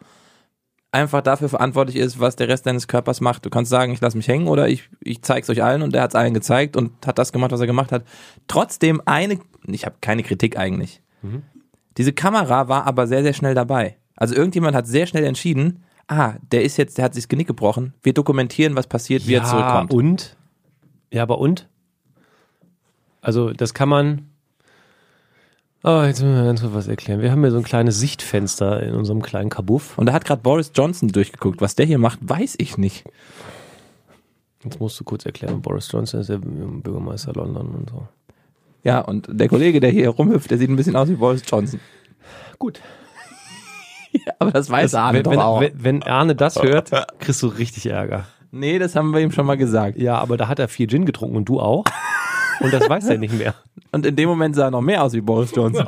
[SPEAKER 1] einfach dafür verantwortlich ist, was der Rest deines Körpers macht. Du kannst sagen, ich lasse mich hängen oder ich, ich zeig's euch allen und der hat's allen gezeigt und hat das gemacht, was er gemacht hat. Trotzdem eine, ich habe keine Kritik eigentlich. Diese Kamera war aber sehr, sehr schnell dabei. Also irgendjemand hat sehr schnell entschieden, ah, der ist jetzt, der hat sich das Genick gebrochen. Wir dokumentieren, was passiert, wie er zurückkommt.
[SPEAKER 2] und? Ja, aber und? Also, das kann man. Oh, jetzt müssen wir ganz kurz was erklären. Wir haben hier so ein kleines Sichtfenster in unserem kleinen Kabuff.
[SPEAKER 1] Und da hat gerade Boris Johnson durchgeguckt. Was der hier macht, weiß ich nicht.
[SPEAKER 2] Jetzt musst du kurz erklären, Boris Johnson ist der Bürgermeister London und so.
[SPEAKER 1] Ja, und der Kollege, der hier rumhüpft, der sieht ein bisschen aus wie Boris Johnson.
[SPEAKER 2] Gut.
[SPEAKER 1] Ja, aber das weiß Arne
[SPEAKER 2] Wenn,
[SPEAKER 1] doch auch.
[SPEAKER 2] wenn, wenn Arne das hört, kriegst du richtig Ärger.
[SPEAKER 1] nee, das haben wir ihm schon mal gesagt.
[SPEAKER 2] Ja, aber da hat er viel Gin getrunken und du auch. Und das weiß er nicht mehr.
[SPEAKER 1] Und in dem Moment sah er noch mehr aus wie Boris Johnson.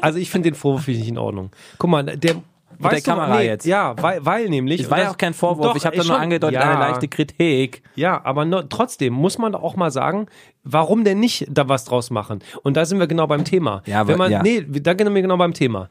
[SPEAKER 2] Also ich finde den Vorwurf finde ich nicht in Ordnung. Guck mal, der
[SPEAKER 1] der
[SPEAKER 2] weißt du-
[SPEAKER 1] Kamera jetzt.
[SPEAKER 2] Ja, weil, weil nämlich.
[SPEAKER 1] Ich war ja auch kein Vorwurf,
[SPEAKER 2] Doch,
[SPEAKER 1] ich habe
[SPEAKER 2] ist
[SPEAKER 1] da nur
[SPEAKER 2] schon-
[SPEAKER 1] angedeutet,
[SPEAKER 2] ja,
[SPEAKER 1] eine leichte Kritik.
[SPEAKER 2] Ja, aber nur, trotzdem muss man doch auch mal sagen, warum denn nicht da was draus machen? Und da sind wir genau beim Thema.
[SPEAKER 1] Ja, aber-
[SPEAKER 2] Wenn man,
[SPEAKER 1] ja.
[SPEAKER 2] Nee, da gehen wir genau beim Thema.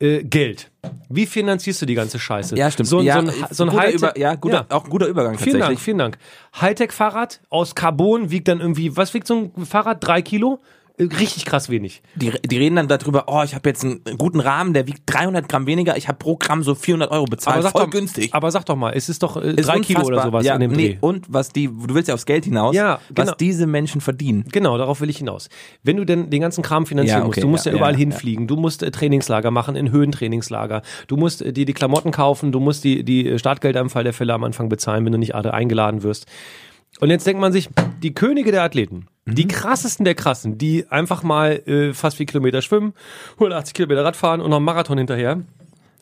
[SPEAKER 2] Äh, Geld. Wie finanzierst du die ganze Scheiße? So, ein-
[SPEAKER 1] ja,
[SPEAKER 2] so ein, so ein
[SPEAKER 1] guter
[SPEAKER 2] Hightech-
[SPEAKER 1] Über, Halt- ja, guter, auch ein guter Übergang
[SPEAKER 2] Vielen Dank,
[SPEAKER 1] tatsächlich.
[SPEAKER 2] vielen Dank. Hightech-Fahrrad aus Carbon wiegt dann irgendwie, was wiegt so ein Fahrrad? Drei Kilo? Äh, Richtig krass wenig.
[SPEAKER 1] Die, die reden dann darüber, oh, ich habe jetzt einen guten Rahmen, der wiegt 300 Gramm weniger, ich habe pro Gramm so 400 Euro bezahlt, voll
[SPEAKER 2] doch,
[SPEAKER 1] günstig.
[SPEAKER 2] Aber sag doch mal, es ist doch äh,
[SPEAKER 1] Ist
[SPEAKER 2] drei Kilo oder
[SPEAKER 1] unfassbar.
[SPEAKER 2] sowas
[SPEAKER 1] ja,
[SPEAKER 2] in dem
[SPEAKER 1] nee,
[SPEAKER 2] Dreh.
[SPEAKER 1] Und was die, du willst ja aufs Geld hinaus,
[SPEAKER 2] Ja, genau.
[SPEAKER 1] was diese Menschen verdienen.
[SPEAKER 2] Genau, darauf will ich hinaus. Wenn du denn den ganzen Kram finanzieren
[SPEAKER 1] Ja, okay,
[SPEAKER 2] musst, du musst ja,
[SPEAKER 1] ja,
[SPEAKER 2] überall
[SPEAKER 1] ja,
[SPEAKER 2] hinfliegen, du musst äh, Trainingslager machen, in Höhentrainingslager, du musst äh, dir die Klamotten kaufen, du musst die, die äh, Startgelder im Fall der Fälle am Anfang bezahlen, wenn du nicht gerade eingeladen wirst. Und jetzt denkt man sich, die Könige der Athleten,
[SPEAKER 1] Mhm.
[SPEAKER 2] die krassesten der Krassen, die einfach mal äh, fast vier Kilometer schwimmen, 180 Kilometer Radfahren und noch einen Marathon hinterher.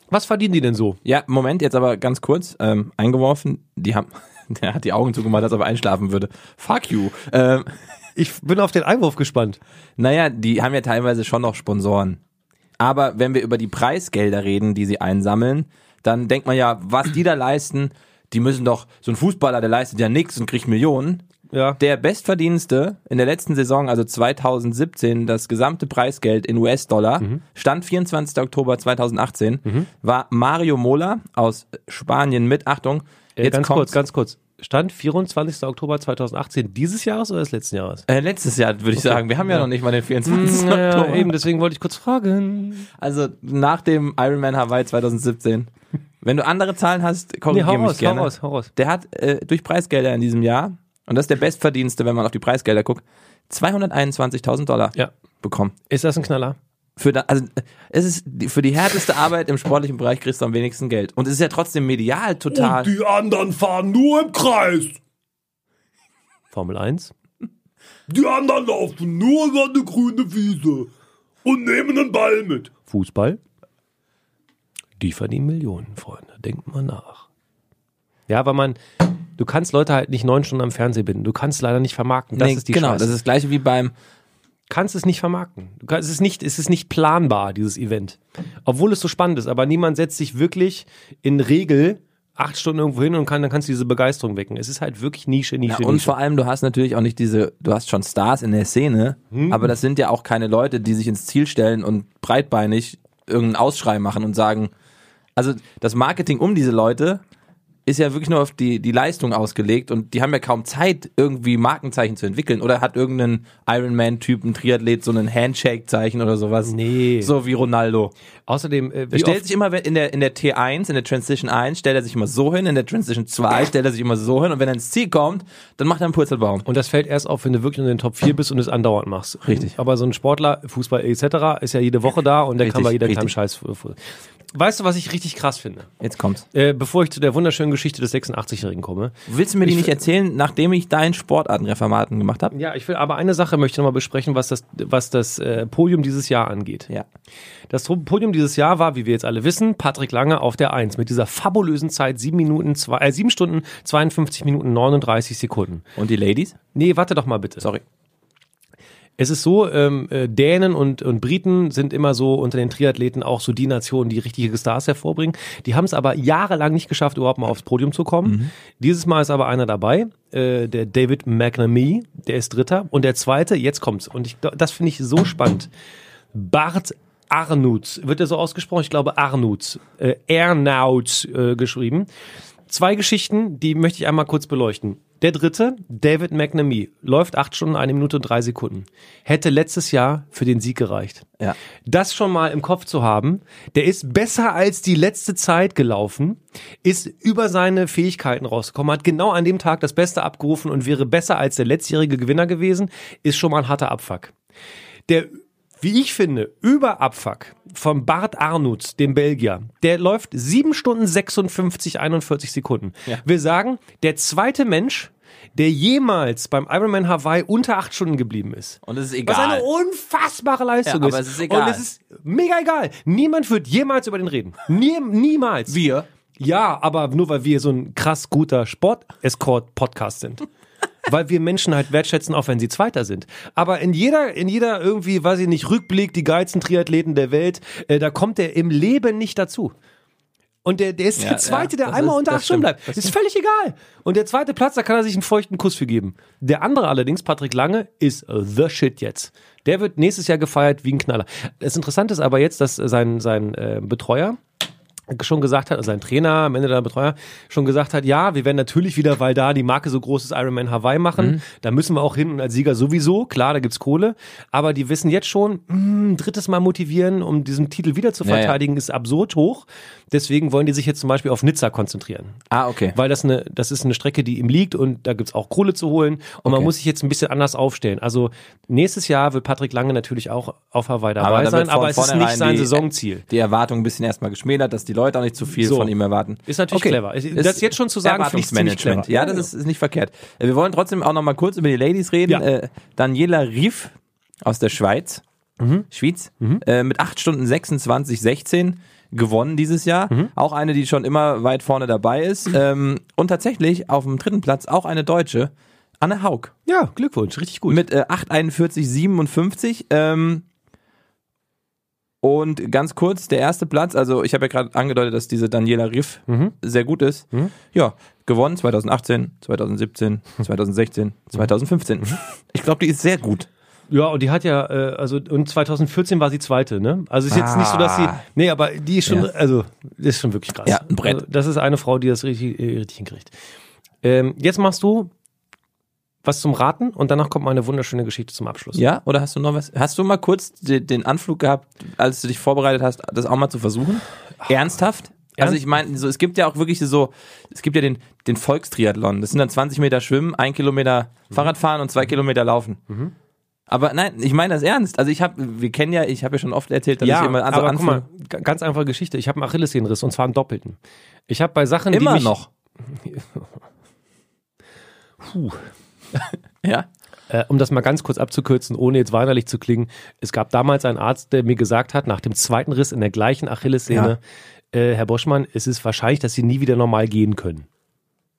[SPEAKER 2] Was verdienen die denn so?
[SPEAKER 1] Ja, Moment, jetzt aber ganz kurz ähm, eingeworfen. Die haben, der hat die Augen zugemacht, als ob er einschlafen würde. Fuck you. Ähm,
[SPEAKER 2] Ich bin auf den Einwurf gespannt.
[SPEAKER 1] naja, die haben ja teilweise schon noch Sponsoren. Aber wenn wir über die Preisgelder reden, die sie einsammeln, dann denkt man ja, was die da leisten, die müssen doch, so ein Fußballer, der leistet ja nichts und kriegt Millionen.
[SPEAKER 2] Ja.
[SPEAKER 1] Der Bestverdienste in der letzten Saison, also 2017, das gesamte Preisgeld in US-Dollar,
[SPEAKER 2] Mhm.
[SPEAKER 1] stand 24. Oktober 2018, war Mario Mola aus Spanien mit, Achtung,
[SPEAKER 2] Äh,
[SPEAKER 1] jetzt
[SPEAKER 2] ganz
[SPEAKER 1] kommt's.
[SPEAKER 2] kurz, ganz kurz. Stand 24. Oktober 2018 dieses Jahres oder des letzten Jahres?
[SPEAKER 1] äh, letztes Jahr würde ich sagen, wir haben ja noch nicht mal den 24.
[SPEAKER 2] Mhm,
[SPEAKER 1] Oktober.
[SPEAKER 2] deswegen wollte ich kurz fragen.
[SPEAKER 1] Also nach dem Ironman Hawaii 2017. Wenn du andere Zahlen hast, korrigier
[SPEAKER 2] hau
[SPEAKER 1] mich
[SPEAKER 2] raus,
[SPEAKER 1] gerne.
[SPEAKER 2] hau raus, hau raus.
[SPEAKER 1] Der hat äh, durch Preisgelder in diesem Jahr, und das ist der Bestverdienste, wenn man auf die Preisgelder guckt, 221.000 Dollar
[SPEAKER 2] Ja.
[SPEAKER 1] bekommen.
[SPEAKER 2] Ist das ein Knaller?
[SPEAKER 1] Für da, also äh, es ist die, für die härteste Arbeit im sportlichen Bereich kriegst du am wenigsten Geld. Und es ist ja trotzdem medial total.
[SPEAKER 2] die anderen fahren nur im Kreis. Formel 1.
[SPEAKER 5] Die anderen laufen nur über eine grüne Wiese und nehmen einen Ball mit.
[SPEAKER 2] Fußball. Die verdienen Millionen, Freunde. Denkt mal nach. Ja, weil man, du kannst Leute halt nicht neun Stunden am Fernsehen binden. Du kannst leider nicht vermarkten. Das
[SPEAKER 1] Nee,
[SPEAKER 2] ist die
[SPEAKER 1] genau,
[SPEAKER 2] Scheiße.
[SPEAKER 1] das ist das gleiche wie beim.
[SPEAKER 2] kannst es nicht vermarkten. Du kannst, es, ist nicht, es ist nicht planbar, dieses Event. Obwohl es so spannend ist, aber niemand setzt sich wirklich in Regel acht Stunden irgendwo hin und kann, dann kannst du diese Begeisterung wecken. Es ist halt wirklich Nische, Nische,
[SPEAKER 1] Ja, und
[SPEAKER 2] Nische.
[SPEAKER 1] vor allem, du hast natürlich auch nicht diese, du hast schon Stars in der Szene, aber das sind ja auch keine Leute, die sich ins Ziel stellen und breitbeinig irgendeinen Ausschrei machen und sagen, also das Marketing um diese Leute ist ja wirklich nur auf die, die Leistung ausgelegt und die haben ja kaum Zeit, irgendwie Markenzeichen zu entwickeln. Oder hat irgendein Ironman-Typ, ein Triathlet, so ein Handshake-Zeichen oder sowas?
[SPEAKER 2] Nee.
[SPEAKER 1] So wie Ronaldo.
[SPEAKER 2] Außerdem, äh,
[SPEAKER 1] Er
[SPEAKER 2] wie
[SPEAKER 1] stellt
[SPEAKER 2] oft,
[SPEAKER 1] sich immer wenn- in der, in der T1, in der Transition 1, stellt er sich immer so hin, in der Transition 2 stellt er sich immer so hin und wenn er ins Ziel kommt, dann macht er einen Purzelbaum.
[SPEAKER 2] und das fällt erst auf, wenn du wirklich in den Top 4 bist und es andauernd machst.
[SPEAKER 1] Richtig.
[SPEAKER 2] Aber so ein Sportler, Fußball etc. ist ja jede Woche da und der
[SPEAKER 1] Richtig,
[SPEAKER 2] kann bei jeder kleinen
[SPEAKER 1] richtig.
[SPEAKER 2] Scheiß. Weißt du, was ich richtig krass finde?
[SPEAKER 1] Jetzt kommt's.
[SPEAKER 2] Äh, bevor ich zu der wunderschönen Geschichte des 86-Jährigen komme.
[SPEAKER 1] Willst du mir die
[SPEAKER 2] Ich-
[SPEAKER 1] nicht erzählen, nachdem ich dein Sportartenrefermaten gemacht habe?
[SPEAKER 2] Ja, ich will aber eine Sache möchte ich nochmal besprechen, was das, was das äh, Podium dieses Jahr angeht.
[SPEAKER 1] Ja.
[SPEAKER 2] Das Podium dieses Jahr war, wie wir jetzt alle wissen, Patrick Lange auf der 1 mit dieser fabulösen Zeit 7 Minuten zwei, äh, 7 Stunden 52 Minuten 39 Sekunden.
[SPEAKER 1] Und die Ladies?
[SPEAKER 2] Nee, warte doch mal bitte.
[SPEAKER 1] Sorry.
[SPEAKER 2] Es ist so, ähm, äh, Dänen und, und Briten sind immer so unter den Triathleten auch so die Nationen, die richtige Stars hervorbringen. Die haben es aber jahrelang nicht geschafft, überhaupt mal aufs Podium zu kommen. Dieses Mal ist aber einer dabei, äh, der David McNamee, der ist Dritter. Und der Zweite, jetzt kommt's. Und ich, das finde ich so spannend. Bart Arnutz, wird er so ausgesprochen? Ich glaube Arnutz. Äh, Ernautz äh, geschrieben. Zwei Geschichten, die möchte ich einmal kurz beleuchten. Der dritte, David McNamee, läuft acht Stunden, eine Minute und drei Sekunden. Hätte letztes Jahr für den Sieg gereicht.
[SPEAKER 1] Ja.
[SPEAKER 2] Das schon mal im Kopf zu haben, der ist besser als die letzte Zeit gelaufen, ist über seine Fähigkeiten rausgekommen, hat genau an dem Tag das Beste abgerufen und wäre besser als der letztjährige Gewinner gewesen, ist schon mal ein harter Abfuck der, wie ich finde, Überabfuck von Bart Arnutz, dem Belgier, der läuft 7 Stunden 56, 41 Sekunden. Wir sagen, der zweite Mensch, der jemals beim Ironman Hawaii unter 8 Stunden geblieben ist.
[SPEAKER 1] Und es ist
[SPEAKER 2] Was eine
[SPEAKER 1] egal.
[SPEAKER 2] unfassbare Leistung
[SPEAKER 1] Ja,
[SPEAKER 2] ist.
[SPEAKER 1] aber es ist egal.
[SPEAKER 2] Und es ist mega egal. Niemand wird jemals über den reden. Nie, niemals.
[SPEAKER 1] Wir.
[SPEAKER 2] Ja, aber nur weil wir so ein krass guter Sport-Escort-Podcast sind. weil wir Menschen halt wertschätzen, auch wenn sie Zweiter sind. Aber in jeder, in jeder irgendwie, weiß ich nicht, Rückblick, die geilsten Triathleten der Welt, äh, da kommt der im Leben nicht dazu. Und der, der ist
[SPEAKER 1] Ja,
[SPEAKER 2] der Zweite,
[SPEAKER 1] ja,
[SPEAKER 2] der
[SPEAKER 1] das
[SPEAKER 2] einmal
[SPEAKER 1] ist-
[SPEAKER 2] unter
[SPEAKER 1] das
[SPEAKER 2] acht Stunden
[SPEAKER 1] stimmt,
[SPEAKER 2] bleibt.
[SPEAKER 1] das
[SPEAKER 2] ist völlig egal. Und der zweite Platz, da kann er sich einen feuchten Kuss für geben. Der andere allerdings, Patrick Lange, ist the shit jetzt. Der wird nächstes Jahr gefeiert wie ein Knaller. Das Interessante ist aber jetzt, dass sein, sein äh, Betreuer, schon gesagt hat, also sein Trainer, Manager, Betreuer, schon gesagt hat, ja, wir werden natürlich wieder, weil da die Marke so groß ist, Ironman Hawaii machen,
[SPEAKER 1] Mhm.
[SPEAKER 2] da müssen wir auch hin und als Sieger sowieso, klar, da gibt's Kohle, aber die wissen jetzt schon, mh, drittes Mal motivieren, um diesen Titel wieder zu
[SPEAKER 1] Ja, ja.
[SPEAKER 2] verteidigen, ist absurd hoch, deswegen wollen die sich jetzt zum Beispiel auf Nizza konzentrieren,
[SPEAKER 1] Ah, okay.
[SPEAKER 2] weil das eine, das ist eine Strecke, die ihm liegt und da gibt's auch Kohle zu holen und man
[SPEAKER 1] Okay.
[SPEAKER 2] muss sich jetzt ein bisschen anders aufstellen, also nächstes Jahr wird Patrick Lange natürlich auch auf Hawaii dabei
[SPEAKER 1] da wird
[SPEAKER 2] sein,
[SPEAKER 1] von
[SPEAKER 2] aber es ist
[SPEAKER 1] vornherein
[SPEAKER 2] nicht sein
[SPEAKER 1] die-
[SPEAKER 2] Saisonziel.
[SPEAKER 1] Die Erwartung ein bisschen erstmal geschmälert, dass die Leute auch nicht zu viel
[SPEAKER 2] So.
[SPEAKER 1] von ihm erwarten.
[SPEAKER 2] Ist natürlich clever. Das jetzt schon zu sagen, finde ich ziemlich
[SPEAKER 1] Erwartungsmanagement.
[SPEAKER 2] clever.
[SPEAKER 1] Ja, das ist, ist nicht verkehrt. Äh, Wir wollen trotzdem auch nochmal kurz über die Ladies reden.
[SPEAKER 2] Ja.
[SPEAKER 1] Äh, Daniela Rief aus der Schweiz.
[SPEAKER 2] Mhm.
[SPEAKER 1] Schweiz, äh, mit 8 Stunden 26, 16 gewonnen dieses Jahr.
[SPEAKER 2] Mhm.
[SPEAKER 1] Auch eine, die schon immer weit vorne dabei ist. Ähm, und tatsächlich auf dem dritten Platz auch eine Deutsche, Anne Haug.
[SPEAKER 2] Ja,
[SPEAKER 1] äh,
[SPEAKER 2] Glückwunsch, richtig gut.
[SPEAKER 1] Mit äh, 841, 57. Ähm, Und ganz kurz, der erste Platz, also ich habe ja gerade angedeutet, dass diese Daniela Riff sehr gut ist. Ja, gewonnen 2018, 2017, 2016, 2015. Ich glaube, die ist sehr gut.
[SPEAKER 2] Ja, und die hat ja, äh, also und 2014 war sie zweite, ne? Also ist jetzt nicht so, dass sie.
[SPEAKER 1] Ah.
[SPEAKER 2] Nee, aber die ist schon,
[SPEAKER 1] Ja.
[SPEAKER 2] also das ist schon wirklich krass.
[SPEAKER 1] Ja, ein Brett.
[SPEAKER 2] Also, das ist eine Frau, die das richtig, äh, richtig hinkriegt. Ähm, jetzt machst du was zum Raten und danach kommt mal eine wunderschöne Geschichte zum Abschluss.
[SPEAKER 1] Ja, oder hast du noch was? Hast du mal kurz de- den Anflug gehabt, als du dich vorbereitet hast, das auch mal zu versuchen? Ernsthaft? Also ich meine, so, es gibt ja auch wirklich so, es gibt ja den, den Volkstriathlon. Das sind dann 20 Meter Schwimmen, ein Kilometer Fahrradfahren und zwei Kilometer Laufen. Aber nein, ich meine das ernst. Also ich habe, wir kennen ja, ich habe ja schon oft erzählt, dass ich immer also
[SPEAKER 2] aber guck mal,
[SPEAKER 1] anfange.
[SPEAKER 2] g- ganz einfache Geschichte. Ich habe einen Achillessehnenriss und zwar einen doppelten. Ich habe bei Sachen, die
[SPEAKER 1] Immer
[SPEAKER 2] mich,
[SPEAKER 1] noch.
[SPEAKER 2] Puh.
[SPEAKER 1] Ja.
[SPEAKER 2] Äh, um das mal ganz kurz abzukürzen, ohne jetzt weinerlich zu klingen, es gab damals einen Arzt, der mir gesagt hat, nach dem zweiten Riss in der gleichen Achillessehne, äh, Herr Boschmann, es ist wahrscheinlich, dass Sie nie wieder normal gehen können.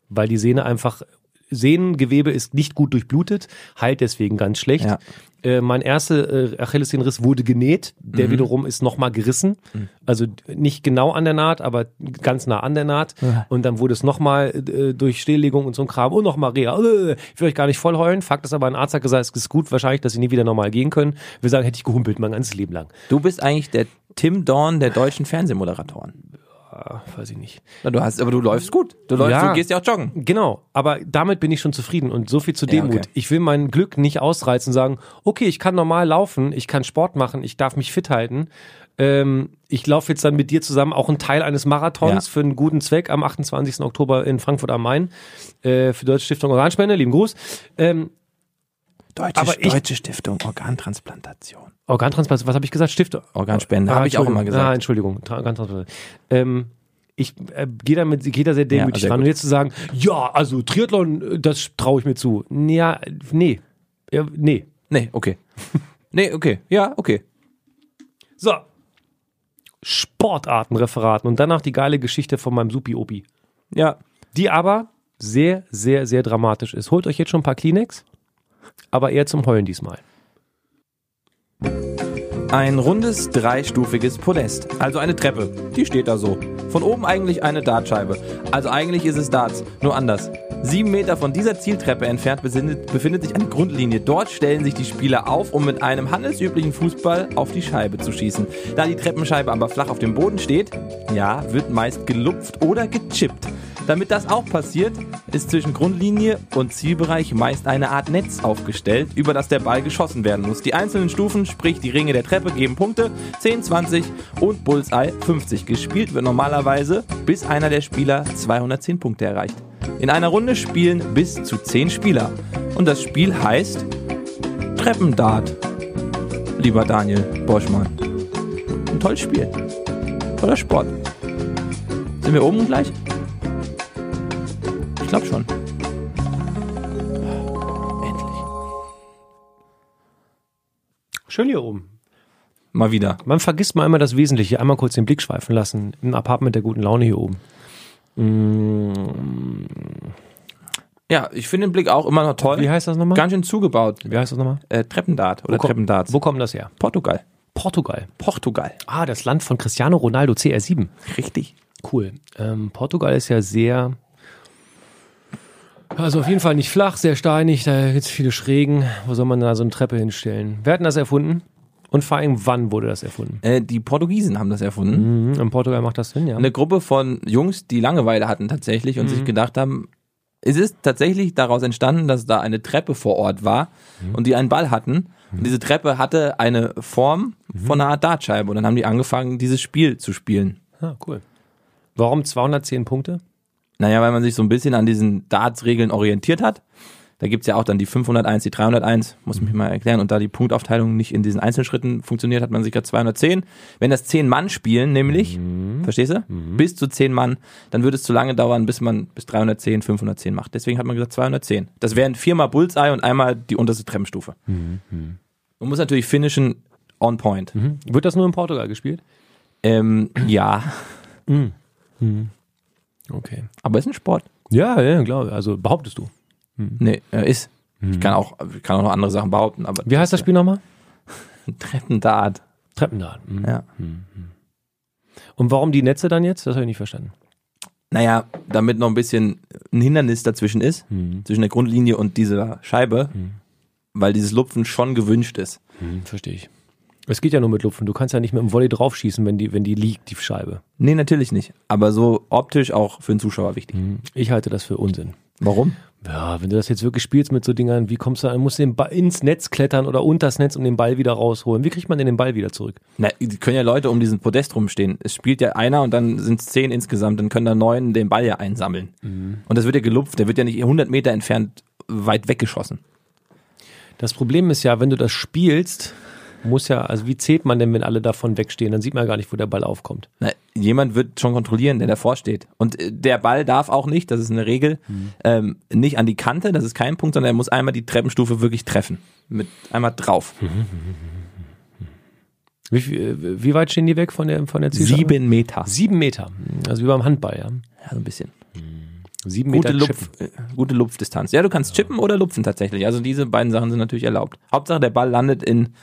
[SPEAKER 2] Weil die Sehne einfach, Sehnengewebe ist nicht gut durchblutet, heilt deswegen ganz schlecht.
[SPEAKER 1] Ja.
[SPEAKER 2] Äh, mein erster äh, Achillessehnenriss wurde genäht, der wiederum ist nochmal gerissen. Also nicht genau an der Naht, aber ganz nah an der Naht. Und dann wurde es nochmal äh, durch Stilllegung und so ein Kram und nochmal Reha. Äh, Ich will euch gar nicht voll heulen. Fakt ist aber, ein Arzt hat gesagt, es ist gut wahrscheinlich, dass sie nie wieder normal gehen können. Wir sagen, hätte ich gehumpelt mein ganzes Leben lang.
[SPEAKER 1] Du bist eigentlich der Tim Dorn der deutschen Fernsehmoderatoren.
[SPEAKER 2] Weiß ich nicht.
[SPEAKER 1] Na, Du hast, aber du läufst gut. Du läufst,
[SPEAKER 2] Ja.
[SPEAKER 1] du gehst ja auch joggen.
[SPEAKER 2] Genau, aber damit bin ich schon zufrieden und so viel zu
[SPEAKER 1] Ja,
[SPEAKER 2] Demut.
[SPEAKER 1] okay.
[SPEAKER 2] Ich will mein Glück nicht ausreizen und sagen, okay, ich kann normal laufen, ich kann Sport machen, ich darf mich fit halten. Ähm, ich laufe jetzt dann mit dir zusammen auch einen Teil eines Marathons
[SPEAKER 1] Ja.
[SPEAKER 2] für einen guten Zweck am 28. Oktober in Frankfurt am Main äh, für Deutsche Stiftung Organspende, lieben Gruß. Ähm,
[SPEAKER 1] Deutsche,
[SPEAKER 2] Aber ich-
[SPEAKER 1] Deutsche Stiftung Organtransplantation.
[SPEAKER 2] Organtransplantation, was habe ich gesagt? Stiftung.
[SPEAKER 1] Organspende, habe ich auch
[SPEAKER 2] Entschuldigung.
[SPEAKER 1] immer gesagt.
[SPEAKER 2] Ah, Entschuldigung, Tra- Organtransplantation. Ähm, ich äh, gehe damit, gehe da sehr demütig
[SPEAKER 1] sehr
[SPEAKER 2] ran.
[SPEAKER 1] gut.
[SPEAKER 2] Und jetzt zu sagen, ja, also Triathlon, äh, das traue ich mir zu. Ja, äh, nee. Ja, nee.
[SPEAKER 1] Nee, okay. Nee, okay. Ja, okay.
[SPEAKER 2] So. Sportartenreferaten und danach die geile Geschichte von meinem Supi-Opi.
[SPEAKER 1] Ja.
[SPEAKER 2] Die aber sehr, sehr, sehr dramatisch ist. Holt euch jetzt schon ein paar Kleenex, aber eher zum Heulen diesmal.
[SPEAKER 1] Ein rundes, dreistufiges Podest. Also eine Treppe. Die steht da so. Von oben eigentlich eine Dartscheibe. Also eigentlich ist es Darts, nur anders. Sieben Meter von dieser Zieltreppe entfernt besindet- befindet sich eine Grundlinie. Dort stellen sich die Spieler auf, um mit einem handelsüblichen Fußball auf die Scheibe zu schießen. Da die Treppenscheibe aber flach auf dem Boden steht, ja, wird meist gelupft oder gechippt. Damit das auch passiert, ist zwischen Grundlinie und Zielbereich meist eine Art Netz aufgestellt, über das der Ball geschossen werden muss. Die einzelnen Stufen, sprich die Ringe der Treppe, geben Punkte 10, 20 und Bullseye 50. Gespielt wird normalerweise, bis einer der Spieler 210 Punkte erreicht. In einer Runde spielen bis zu 10 Spieler. Und das Spiel heißt Treppendart. Lieber Daniel Borschmann. Ein tolles Spiel. Toller Sport. Sind wir oben gleich? Ich glaube schon. Endlich.
[SPEAKER 2] Schön hier oben.
[SPEAKER 1] Mal wieder.
[SPEAKER 2] Man vergisst mal immer das Wesentliche. Einmal kurz den Blick schweifen lassen. Ein Apartment der guten Laune hier oben.
[SPEAKER 1] Ja, ich finde den Blick auch immer noch toll.
[SPEAKER 2] Wie heißt das nochmal?
[SPEAKER 1] Ganz schön zugebaut.
[SPEAKER 2] Wie heißt das nochmal?
[SPEAKER 1] Äh, Treppendart oder
[SPEAKER 2] kommt-
[SPEAKER 1] Treppendarts.
[SPEAKER 2] Wo kommt das her?
[SPEAKER 1] Portugal.
[SPEAKER 2] Portugal.
[SPEAKER 1] Portugal.
[SPEAKER 2] Ah, das Land von Cristiano Ronaldo, CR7.
[SPEAKER 1] Richtig.
[SPEAKER 2] Cool. Ähm, Portugal ist ja sehr. Also auf jeden Fall nicht flach, sehr steinig, da gibt es viele Schrägen. Wo soll man da so eine Treppe hinstellen? Wer hat denn das erfunden? Und vor allem, wann wurde das erfunden?
[SPEAKER 1] Äh, die Portugiesen haben das erfunden.
[SPEAKER 2] Mhm, in Portugal macht das Sinn, ja.
[SPEAKER 1] Eine Gruppe von Jungs, die Langeweile hatten tatsächlich und sich gedacht haben, es ist tatsächlich daraus entstanden, dass da eine Treppe vor Ort war und die einen Ball hatten. Und diese Treppe hatte eine Form von einer Art Dartscheibe. Und dann haben die angefangen, dieses Spiel zu spielen.
[SPEAKER 2] Ah, cool. Warum 210 Punkte?
[SPEAKER 1] Naja, weil man sich so ein bisschen an diesen Darts-Regeln orientiert hat. Da gibt's ja auch dann die 501, die 301, muss mich mal erklären. Und da die Punktaufteilung nicht in diesen Einzelschritten funktioniert, hat man sich gerade 210. Wenn das 10 Mann spielen, nämlich, verstehst du? Bis zu 10 Mann, dann würde es zu lange dauern, bis man bis 310, 510 macht. Deswegen hat man gesagt 210. Das wären viermal Bullseye und einmal die unterste Treppenstufe. Man muss natürlich finishen on point.
[SPEAKER 2] Wird das nur in Portugal gespielt?
[SPEAKER 1] Ähm, ja,
[SPEAKER 2] Okay.
[SPEAKER 1] aber ist ein Sport.
[SPEAKER 2] Ja, ja, glaube Also behauptest du.
[SPEAKER 1] Nee, äh, ist. Ich kann auch, ich kann auch noch andere Sachen behaupten, aber
[SPEAKER 2] Wie heißt das Spiel nochmal?
[SPEAKER 1] Treppendart.
[SPEAKER 2] Treppennaht. Mhm.
[SPEAKER 1] Ja.
[SPEAKER 2] Und warum die Netze dann jetzt? Das habe ich nicht verstanden.
[SPEAKER 1] Naja, damit noch ein bisschen ein Hindernis dazwischen ist, zwischen der Grundlinie und dieser Scheibe, weil dieses Lupfen schon gewünscht ist.
[SPEAKER 2] Verstehe ich. Es geht ja nur mit Lupfen. Du kannst ja nicht mit dem Volley draufschießen, wenn die, wenn die liegt, die Scheibe.
[SPEAKER 1] Nee, natürlich nicht. Aber so optisch auch für den Zuschauer wichtig.
[SPEAKER 2] Ich halte das für Unsinn.
[SPEAKER 1] Warum?
[SPEAKER 2] Ja, wenn du das jetzt wirklich spielst mit so Dingern, wie kommst du an? Musst du den Ball ins Netz klettern oder unters Netz und den Ball wieder rausholen? Wie kriegt man denn den Ball wieder zurück?
[SPEAKER 1] Na, die können ja Leute um diesen Podest rumstehen. Es spielt ja einer und dann sind es zehn insgesamt. Dann können da neun den Ball ja einsammeln. Und das wird ja gelupft. Der wird ja nicht 100 Meter entfernt weit weggeschossen.
[SPEAKER 2] Das Problem ist ja, wenn du das spielst, muss ja, also wie zählt man denn, wenn alle davon wegstehen? Dann sieht man ja gar nicht, wo der Ball aufkommt.
[SPEAKER 1] Na, jemand wird schon kontrollieren, der davor steht. Und äh, der Ball darf auch nicht, das ist eine Regel, ähm, nicht an die Kante, das ist kein Punkt, sondern er muss einmal die Treppenstufe wirklich treffen. Mit einmal drauf.
[SPEAKER 2] Mhm. Wie, viel- äh, wie weit stehen die weg von der, von der Zielscheibe?
[SPEAKER 1] Sieben Meter.
[SPEAKER 2] Sieben Meter. Also wie beim Handball, ja.
[SPEAKER 1] Ja, so ein bisschen.
[SPEAKER 2] Sieben
[SPEAKER 1] Gute,
[SPEAKER 2] Meter
[SPEAKER 1] Lupf,
[SPEAKER 2] chippen.
[SPEAKER 1] äh, gute Lupfdistanz. Ja, du kannst chippen oder lupfen tatsächlich. Also diese beiden Sachen sind natürlich erlaubt. Hauptsache der Ball landet in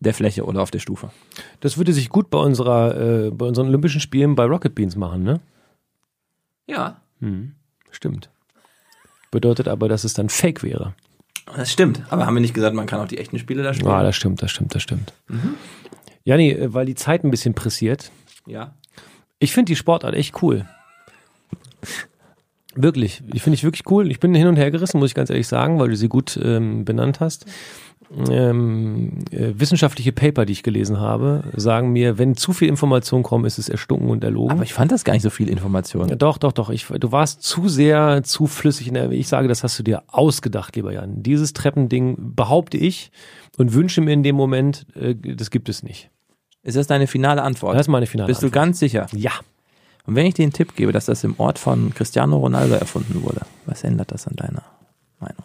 [SPEAKER 1] der Fläche oder auf der Stufe.
[SPEAKER 2] Das würde sich gut bei unserer, äh, bei unseren Olympischen Spielen bei Rocket Beans machen, ne?
[SPEAKER 1] Ja,
[SPEAKER 2] Stimmt. Bedeutet aber, dass es dann Fake wäre.
[SPEAKER 1] das stimmt. Aber haben wir nicht gesagt, man kann auch die echten Spiele da spielen?
[SPEAKER 2] Ah, das stimmt, das stimmt, das stimmt. Janni, äh, weil die Zeit ein bisschen pressiert.
[SPEAKER 1] Ja.
[SPEAKER 2] Ich finde die Sportart echt cool. Wirklich, ich finde ich wirklich cool. Ich bin hin und her gerissen, muss ich ganz ehrlich sagen, weil du sie gut ähm, benannt hast. Ähm, äh, wissenschaftliche Paper, die ich gelesen habe, sagen mir, wenn zu viel Information kommt, ist es erstunken und erlogen.
[SPEAKER 1] Aber ich fand das gar nicht so viel Information.
[SPEAKER 2] Doch, doch, doch. Ich, du warst zu sehr, zu flüssig. In der, ich sage, das hast du dir ausgedacht, lieber Jan. Dieses Treppending behaupte ich und wünsche mir in dem Moment, äh, das gibt es nicht.
[SPEAKER 1] Ist das deine finale Antwort?
[SPEAKER 2] Das ist meine finale
[SPEAKER 1] Bist du ganz sicher?
[SPEAKER 2] Ja.
[SPEAKER 1] Und wenn ich dir einen Tipp gebe, dass das im Ort von Cristiano Ronaldo erfunden wurde, was ändert das an deiner Meinung?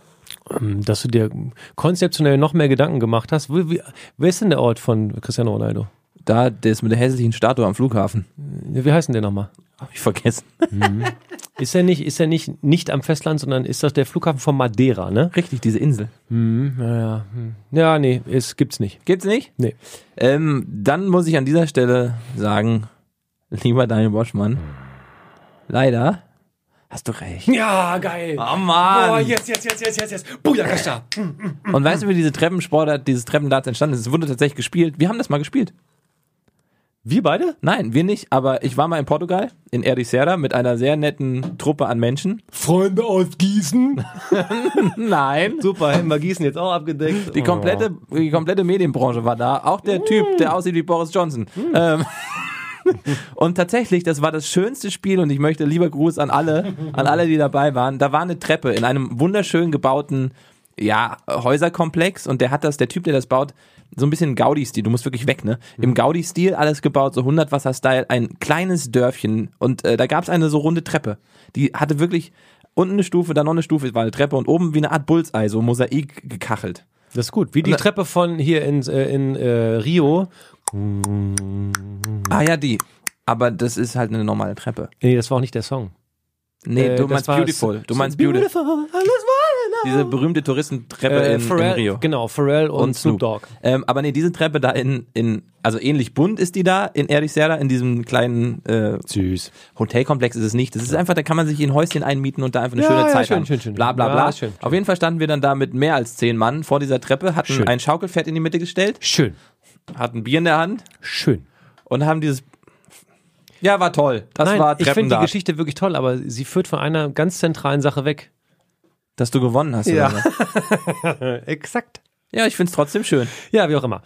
[SPEAKER 2] Ähm, Dass du dir konzeptionell noch mehr Gedanken gemacht hast. Wie, wie, wer ist denn der Ort von Cristiano Ronaldo?
[SPEAKER 1] Da, das mit der hässlichen Statue am Flughafen.
[SPEAKER 2] Wie heißt denn der nochmal?
[SPEAKER 1] Hab ich vergessen.
[SPEAKER 2] Ist er nicht, ist er nicht, nicht am Festland, sondern ist das der Flughafen von Madeira, ne?
[SPEAKER 1] Richtig, diese Insel.
[SPEAKER 2] Naja. hm. Ja, nee, es gibt's nicht.
[SPEAKER 1] Gibt's nicht?
[SPEAKER 2] Nee.
[SPEAKER 1] Ähm, dann muss ich an dieser Stelle sagen, lieber Daniel Boschmann, leider hast du recht.
[SPEAKER 2] Ja, geil.
[SPEAKER 1] Oh Mann.
[SPEAKER 2] Oh, jetzt, jetzt, jetzt, jetzt, jetzt, jetzt. Booyakascha.
[SPEAKER 1] Und weißt du, wie diese Treppensportart, dieses Treppendarts entstanden ist? Es wurde tatsächlich gespielt. Wir haben das mal gespielt.
[SPEAKER 2] Wir beide?
[SPEAKER 1] Nein, wir nicht, aber ich war mal in Portugal, in Ericeira, mit einer sehr netten Truppe an Menschen.
[SPEAKER 2] Freunde aus Gießen.
[SPEAKER 1] Nein.
[SPEAKER 2] Super, hätten wir Gießen jetzt auch abgedeckt.
[SPEAKER 1] Die komplette, die komplette Medienbranche war da. Auch der Typ, der aussieht wie Boris Johnson. Ähm, und tatsächlich, das war das schönste Spiel und ich möchte lieber Gruß an alle, an alle, die dabei waren. Da war eine Treppe in einem wunderschön gebauten ja, Häuserkomplex und der hat das, der Typ, der das baut, so ein bisschen Gaudi-Stil, du musst wirklich weg, ne? Im Gaudi-Stil alles gebaut, so 100 Wasser-Style, ein kleines Dörfchen und äh, da gab's eine so runde Treppe. Die hatte wirklich unten eine Stufe, dann noch eine Stufe, war eine Treppe und oben wie eine Art Bullseye, so Mosaik gekachelt.
[SPEAKER 2] Das ist gut. Wie die Treppe von hier in, äh, in äh, Rio.
[SPEAKER 1] Ah ja, die. Aber das ist halt eine normale Treppe.
[SPEAKER 2] Nee, das war auch nicht der Song.
[SPEAKER 1] Nee,
[SPEAKER 2] Äh,
[SPEAKER 1] du
[SPEAKER 2] das
[SPEAKER 1] meinst
[SPEAKER 2] war
[SPEAKER 1] Beautiful. Du meinst Beautiful.
[SPEAKER 2] Alles war
[SPEAKER 1] Diese berühmte Touristentreppe
[SPEAKER 2] äh,
[SPEAKER 1] in, in
[SPEAKER 2] Pharrell,
[SPEAKER 1] Rio.
[SPEAKER 2] Genau, Pharrell und, Snoop Dogg.
[SPEAKER 1] Ähm, aber nee, diese Treppe da in, in, also ähnlich bunt ist die da, in Ericeira, in diesem kleinen äh,
[SPEAKER 2] Süß.
[SPEAKER 1] Hotelkomplex ist es nicht. Das ist einfach, da kann man sich in ein Häuschen einmieten und da einfach eine
[SPEAKER 2] Ja,
[SPEAKER 1] schöne
[SPEAKER 2] ja,
[SPEAKER 1] Zeit
[SPEAKER 2] schön,
[SPEAKER 1] haben.
[SPEAKER 2] schön, schön.
[SPEAKER 1] Bla bla bla.
[SPEAKER 2] Ja, schön, schön.
[SPEAKER 1] Auf jeden Fall standen wir dann da mit mehr als zehn Mann vor dieser Treppe, hatten
[SPEAKER 2] Schön.
[SPEAKER 1] ein Schaukelpferd in die Mitte gestellt,
[SPEAKER 2] Schön.
[SPEAKER 1] hatten Bier in der Hand
[SPEAKER 2] Schön.
[SPEAKER 1] und haben dieses. Ja, war toll. Das
[SPEAKER 2] Nein,
[SPEAKER 1] war
[SPEAKER 2] ich finde die
[SPEAKER 1] Treppendart.
[SPEAKER 2] Geschichte wirklich toll, aber sie führt von einer ganz zentralen Sache weg.
[SPEAKER 1] Dass du gewonnen hast.
[SPEAKER 2] Ja.
[SPEAKER 1] Oder was? Äh,
[SPEAKER 2] Exakt.
[SPEAKER 1] Ja, ich find's trotzdem schön.
[SPEAKER 2] Ja, wie auch immer.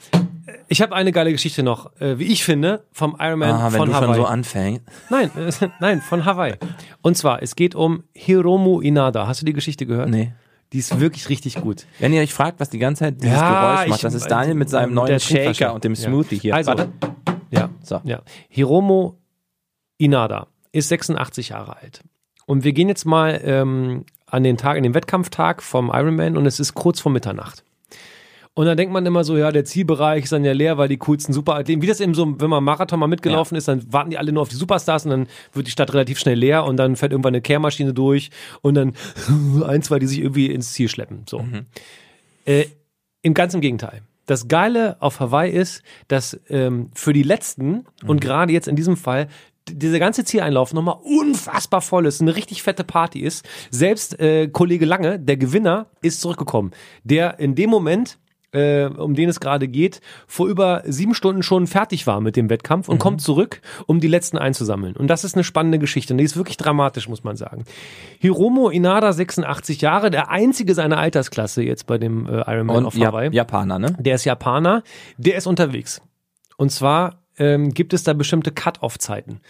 [SPEAKER 2] Ich habe eine geile Geschichte noch, äh, wie ich finde, vom Ironman
[SPEAKER 1] Ah, wenn
[SPEAKER 2] von
[SPEAKER 1] du
[SPEAKER 2] Hawaii.
[SPEAKER 1] schon so anfängst.
[SPEAKER 2] Nein, äh, nein, von Hawaii. Und zwar, es geht um Hiromu Inada. Hast du die Geschichte gehört?
[SPEAKER 1] Nee.
[SPEAKER 2] Die ist wirklich richtig gut.
[SPEAKER 1] Wenn ihr euch fragt, was die ganze Zeit dieses
[SPEAKER 2] Ja,
[SPEAKER 1] Geräusch macht,
[SPEAKER 2] ich-
[SPEAKER 1] das ist Daniel mit seinem neuen
[SPEAKER 2] der
[SPEAKER 1] Shaker
[SPEAKER 2] Trinkflasche.
[SPEAKER 1] und dem
[SPEAKER 2] Ja.
[SPEAKER 1] Smoothie hier.
[SPEAKER 2] Also,
[SPEAKER 1] Warte.
[SPEAKER 2] Ja.
[SPEAKER 1] So.
[SPEAKER 2] ja. Hiromo Inada ist 86 Jahre alt. Und wir gehen jetzt mal ähm, an den Tag, an den Wettkampftag vom Ironman und es ist kurz vor Mitternacht. Und dann denkt man immer so, ja, der Zielbereich ist dann ja leer, weil die coolsten Superathleten, wie das eben so, wenn man Marathon mal mitgelaufen ist, dann warten die alle nur auf die Superstars und dann wird die Stadt relativ schnell leer und dann fährt irgendwann eine Kehrmaschine durch und dann
[SPEAKER 1] Mhm.
[SPEAKER 2] ein, zwei, die sich irgendwie ins Ziel schleppen. So. Äh, Im ganz im Gegenteil. Das Geile auf Hawaii ist, dass ähm, für die letzten und gerade jetzt in diesem Fall d- dieser ganze Zieleinlauf nochmal unfassbar voll ist, eine richtig fette Party ist. Selbst äh, Kollege Lange, der Gewinner, ist zurückgekommen. Der in dem Moment äh, um den es gerade geht, vor über sieben Stunden schon fertig war mit dem Wettkampf und kommt zurück, um die letzten einzusammeln. Und das ist eine spannende Geschichte. Und die ist wirklich dramatisch, muss man sagen. Hiromo Inada, 86 Jahre, der einzige seiner Altersklasse jetzt bei dem äh, Ironman
[SPEAKER 1] Und
[SPEAKER 2] auf
[SPEAKER 1] Ja-
[SPEAKER 2] Hawaii.
[SPEAKER 1] Japaner, ne?
[SPEAKER 2] Der ist Japaner, der ist unterwegs. Und zwar ähm, gibt es da bestimmte Cut-Off-Zeiten.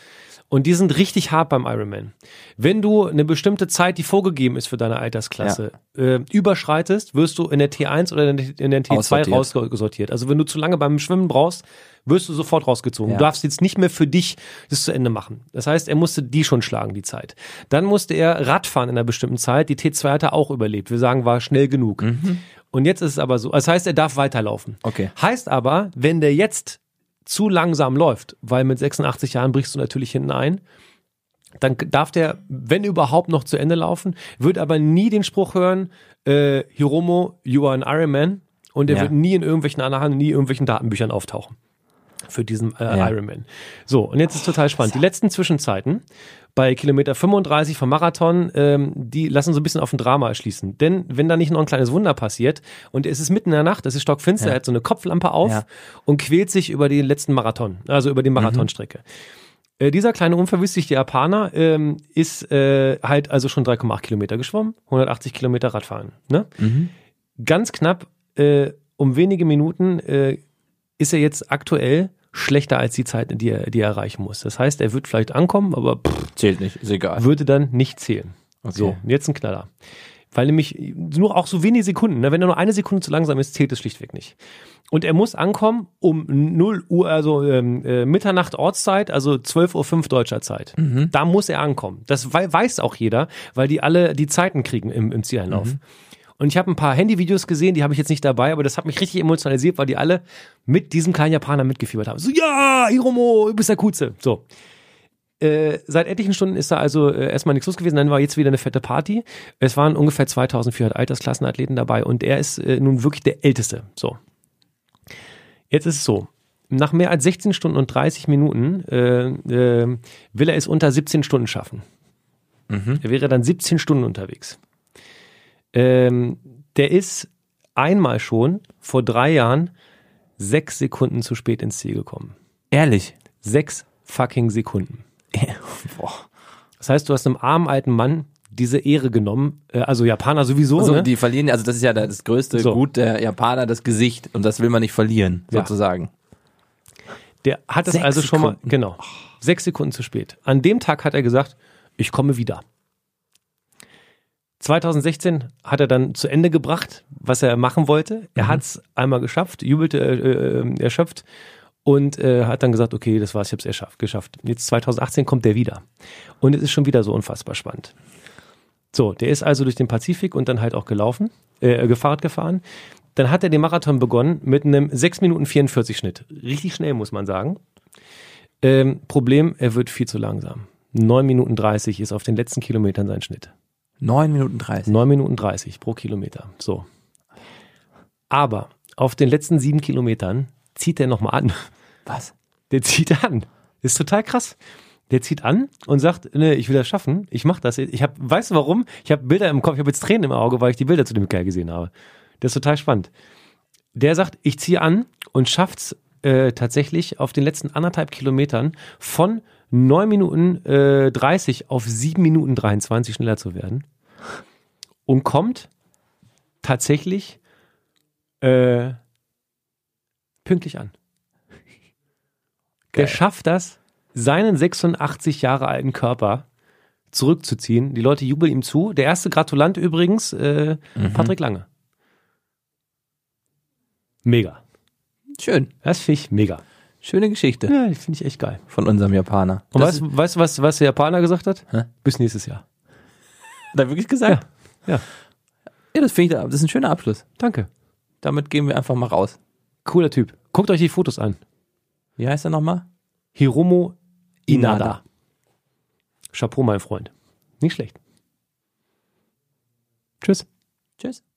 [SPEAKER 2] Und die sind richtig hart beim Ironman. Wenn du eine bestimmte Zeit, die vorgegeben ist für deine Altersklasse, äh, überschreitest, wirst du in der T1 oder in der- in der T2
[SPEAKER 1] Aussortiert.
[SPEAKER 2] rausgesortiert. Also wenn du zu lange beim Schwimmen brauchst, wirst du sofort rausgezogen.
[SPEAKER 1] Ja.
[SPEAKER 2] Du darfst jetzt nicht mehr für dich das zu Ende machen. Das heißt, er musste die schon schlagen, die Zeit. Dann musste er Radfahren in einer bestimmten Zeit. Die T2 hat er auch überlebt. Wir sagen, war schnell genug. Und jetzt ist es aber so. Das heißt, er darf weiterlaufen.
[SPEAKER 1] Mhm. Okay.
[SPEAKER 2] Heißt aber, wenn der jetzt zu langsam läuft, weil mit 86 Jahren brichst du natürlich hinten ein, dann k- darf der, wenn überhaupt, noch zu Ende laufen, wird aber nie den Spruch hören, äh, Hiromo, you are an Iron Man. Und er
[SPEAKER 1] Ja.
[SPEAKER 2] wird nie in irgendwelchen Anhang, nie in irgendwelchen Datenbüchern auftauchen. Für diesen äh,
[SPEAKER 1] Ja.
[SPEAKER 2] Iron Man. So, und jetzt ist total spannend. Die letzten Zwischenzeiten bei Kilometer 35 vom Marathon, ähm, die lassen so ein bisschen auf ein Drama erschließen. Denn wenn da nicht noch ein kleines Wunder passiert und es ist mitten in der Nacht, es ist stockfinster, er hat so eine Kopflampe auf
[SPEAKER 1] Ja.
[SPEAKER 2] und quält sich über den letzten Marathon, also über die Marathonstrecke. Äh, dieser kleine unverwüstlichte Japaner ähm, ist äh, halt also schon 3,8 Kilometer geschwommen, 180 Kilometer Radfahren. Ne? Ganz knapp, äh, um wenige Minuten äh, ist er jetzt aktuell schlechter als die Zeit, die er, die er erreichen muss. Das heißt, er wird vielleicht ankommen, aber pff,
[SPEAKER 1] Zählt nicht, ist egal.
[SPEAKER 2] würde dann nicht zählen. So, und jetzt ein Knaller. Weil nämlich nur auch so wenige Sekunden, ne, wenn er nur eine Sekunde zu langsam ist, zählt es schlichtweg nicht. Und er muss ankommen um 0 Uhr, also ähm, äh, Mitternacht Ortszeit, also 12.05 Uhr deutscher Zeit. Da muss er ankommen. Das wei- weiß auch jeder, weil die alle die Zeiten kriegen im, im Zieleinlauf. Und ich habe ein paar Handyvideos gesehen, die habe ich jetzt nicht dabei, aber das hat mich richtig emotionalisiert, weil die alle mit diesem kleinen Japaner mitgefiebert haben. So, ja, Hiromo, du bist der Kuze. So. Äh, seit etlichen Stunden ist da also äh, erstmal nichts los gewesen, dann war jetzt wieder eine fette Party. Es waren ungefähr 2400 Altersklassenathleten dabei und er ist äh, nun wirklich der Älteste. So. Jetzt ist es so. Nach mehr als 16 Stunden und 30 Minuten äh, äh, will er es unter 17 Stunden schaffen. Er wäre dann 17 Stunden unterwegs. Ähm, der ist einmal schon vor drei Jahren sechs Sekunden zu spät ins Ziel gekommen.
[SPEAKER 1] Ehrlich.
[SPEAKER 2] Sechs fucking Sekunden.
[SPEAKER 1] Boah.
[SPEAKER 2] Das heißt, du hast einem armen alten Mann diese Ehre genommen. Äh, also Japaner sowieso.
[SPEAKER 1] Also,
[SPEAKER 2] ne?
[SPEAKER 1] die verlieren, also das ist ja das größte
[SPEAKER 2] So.
[SPEAKER 1] Gut der Japaner, das Gesicht. Und das will man nicht verlieren,
[SPEAKER 2] Ja.
[SPEAKER 1] sozusagen.
[SPEAKER 2] Der hat es
[SPEAKER 1] Sechs
[SPEAKER 2] also schon mal,
[SPEAKER 1] Sekunden.
[SPEAKER 2] genau, sechs Sekunden zu spät. An dem Tag hat er gesagt, ich komme wieder. 2016 hat er dann zu Ende gebracht, was er machen wollte.
[SPEAKER 1] Mhm.
[SPEAKER 2] Er hat es einmal geschafft, jubelte äh, äh, erschöpft und äh, hat dann gesagt, okay, das war's, ich hab's erschafft, geschafft. Jetzt 2018 kommt der wieder. Und es ist schon wieder so unfassbar spannend. So, der ist also durch den Pazifik und dann halt auch gelaufen, äh, Gefahrt gefahren. Dann hat er den Marathon begonnen mit einem 6 Minuten 44 Schnitt. Richtig schnell, muss man sagen. Ähm, Problem, er wird viel zu langsam. 9 Minuten 30 ist auf den letzten Kilometern sein Schnitt.
[SPEAKER 1] 9 Minuten 30.
[SPEAKER 2] 9 Minuten 30 pro Kilometer. So. Aber auf den letzten sieben Kilometern zieht er nochmal an.
[SPEAKER 1] Was?
[SPEAKER 2] Der zieht an. Ist total krass. Der zieht an und sagt, nee, ich will das schaffen. Ich mach das. Ich hab, weißt du warum? Ich habe Bilder im Kopf. Ich habe jetzt Tränen im Auge, weil ich die Bilder zu dem Kerl gesehen habe. Das ist total spannend. Der sagt, ich ziehe an und schafft's äh, tatsächlich auf den letzten anderthalb Kilometern von 9 Minuten äh, 30 auf 7 Minuten 23 schneller zu werden und kommt tatsächlich äh, pünktlich an. Der schafft das, seinen 86 Jahre alten Körper zurückzuziehen. Die Leute jubeln ihm zu. Der erste Gratulant übrigens, äh,
[SPEAKER 1] Mhm.
[SPEAKER 2] Patrick Lange. Mega.
[SPEAKER 1] Schön.
[SPEAKER 2] Das finde ich mega.
[SPEAKER 1] Schöne Geschichte
[SPEAKER 2] Ja, die finde ich echt geil.
[SPEAKER 1] von unserem Japaner.
[SPEAKER 2] Und
[SPEAKER 1] Das
[SPEAKER 2] weißt du, weißt, du, was, was der Japaner gesagt hat?
[SPEAKER 1] Hä?
[SPEAKER 2] Bis nächstes Jahr.
[SPEAKER 1] hat er wirklich gesagt?
[SPEAKER 2] Ja. Ja.
[SPEAKER 1] Ja, das finde ich, das ist ein schöner Abschluss.
[SPEAKER 2] Danke.
[SPEAKER 1] Damit gehen wir einfach mal raus.
[SPEAKER 2] Cooler Typ. Guckt euch die Fotos an.
[SPEAKER 1] Wie heißt er nochmal?
[SPEAKER 2] Hiromo Inada.
[SPEAKER 1] Inada.
[SPEAKER 2] Chapeau, mein Freund. Nicht schlecht. Tschüss.
[SPEAKER 1] Tschüss.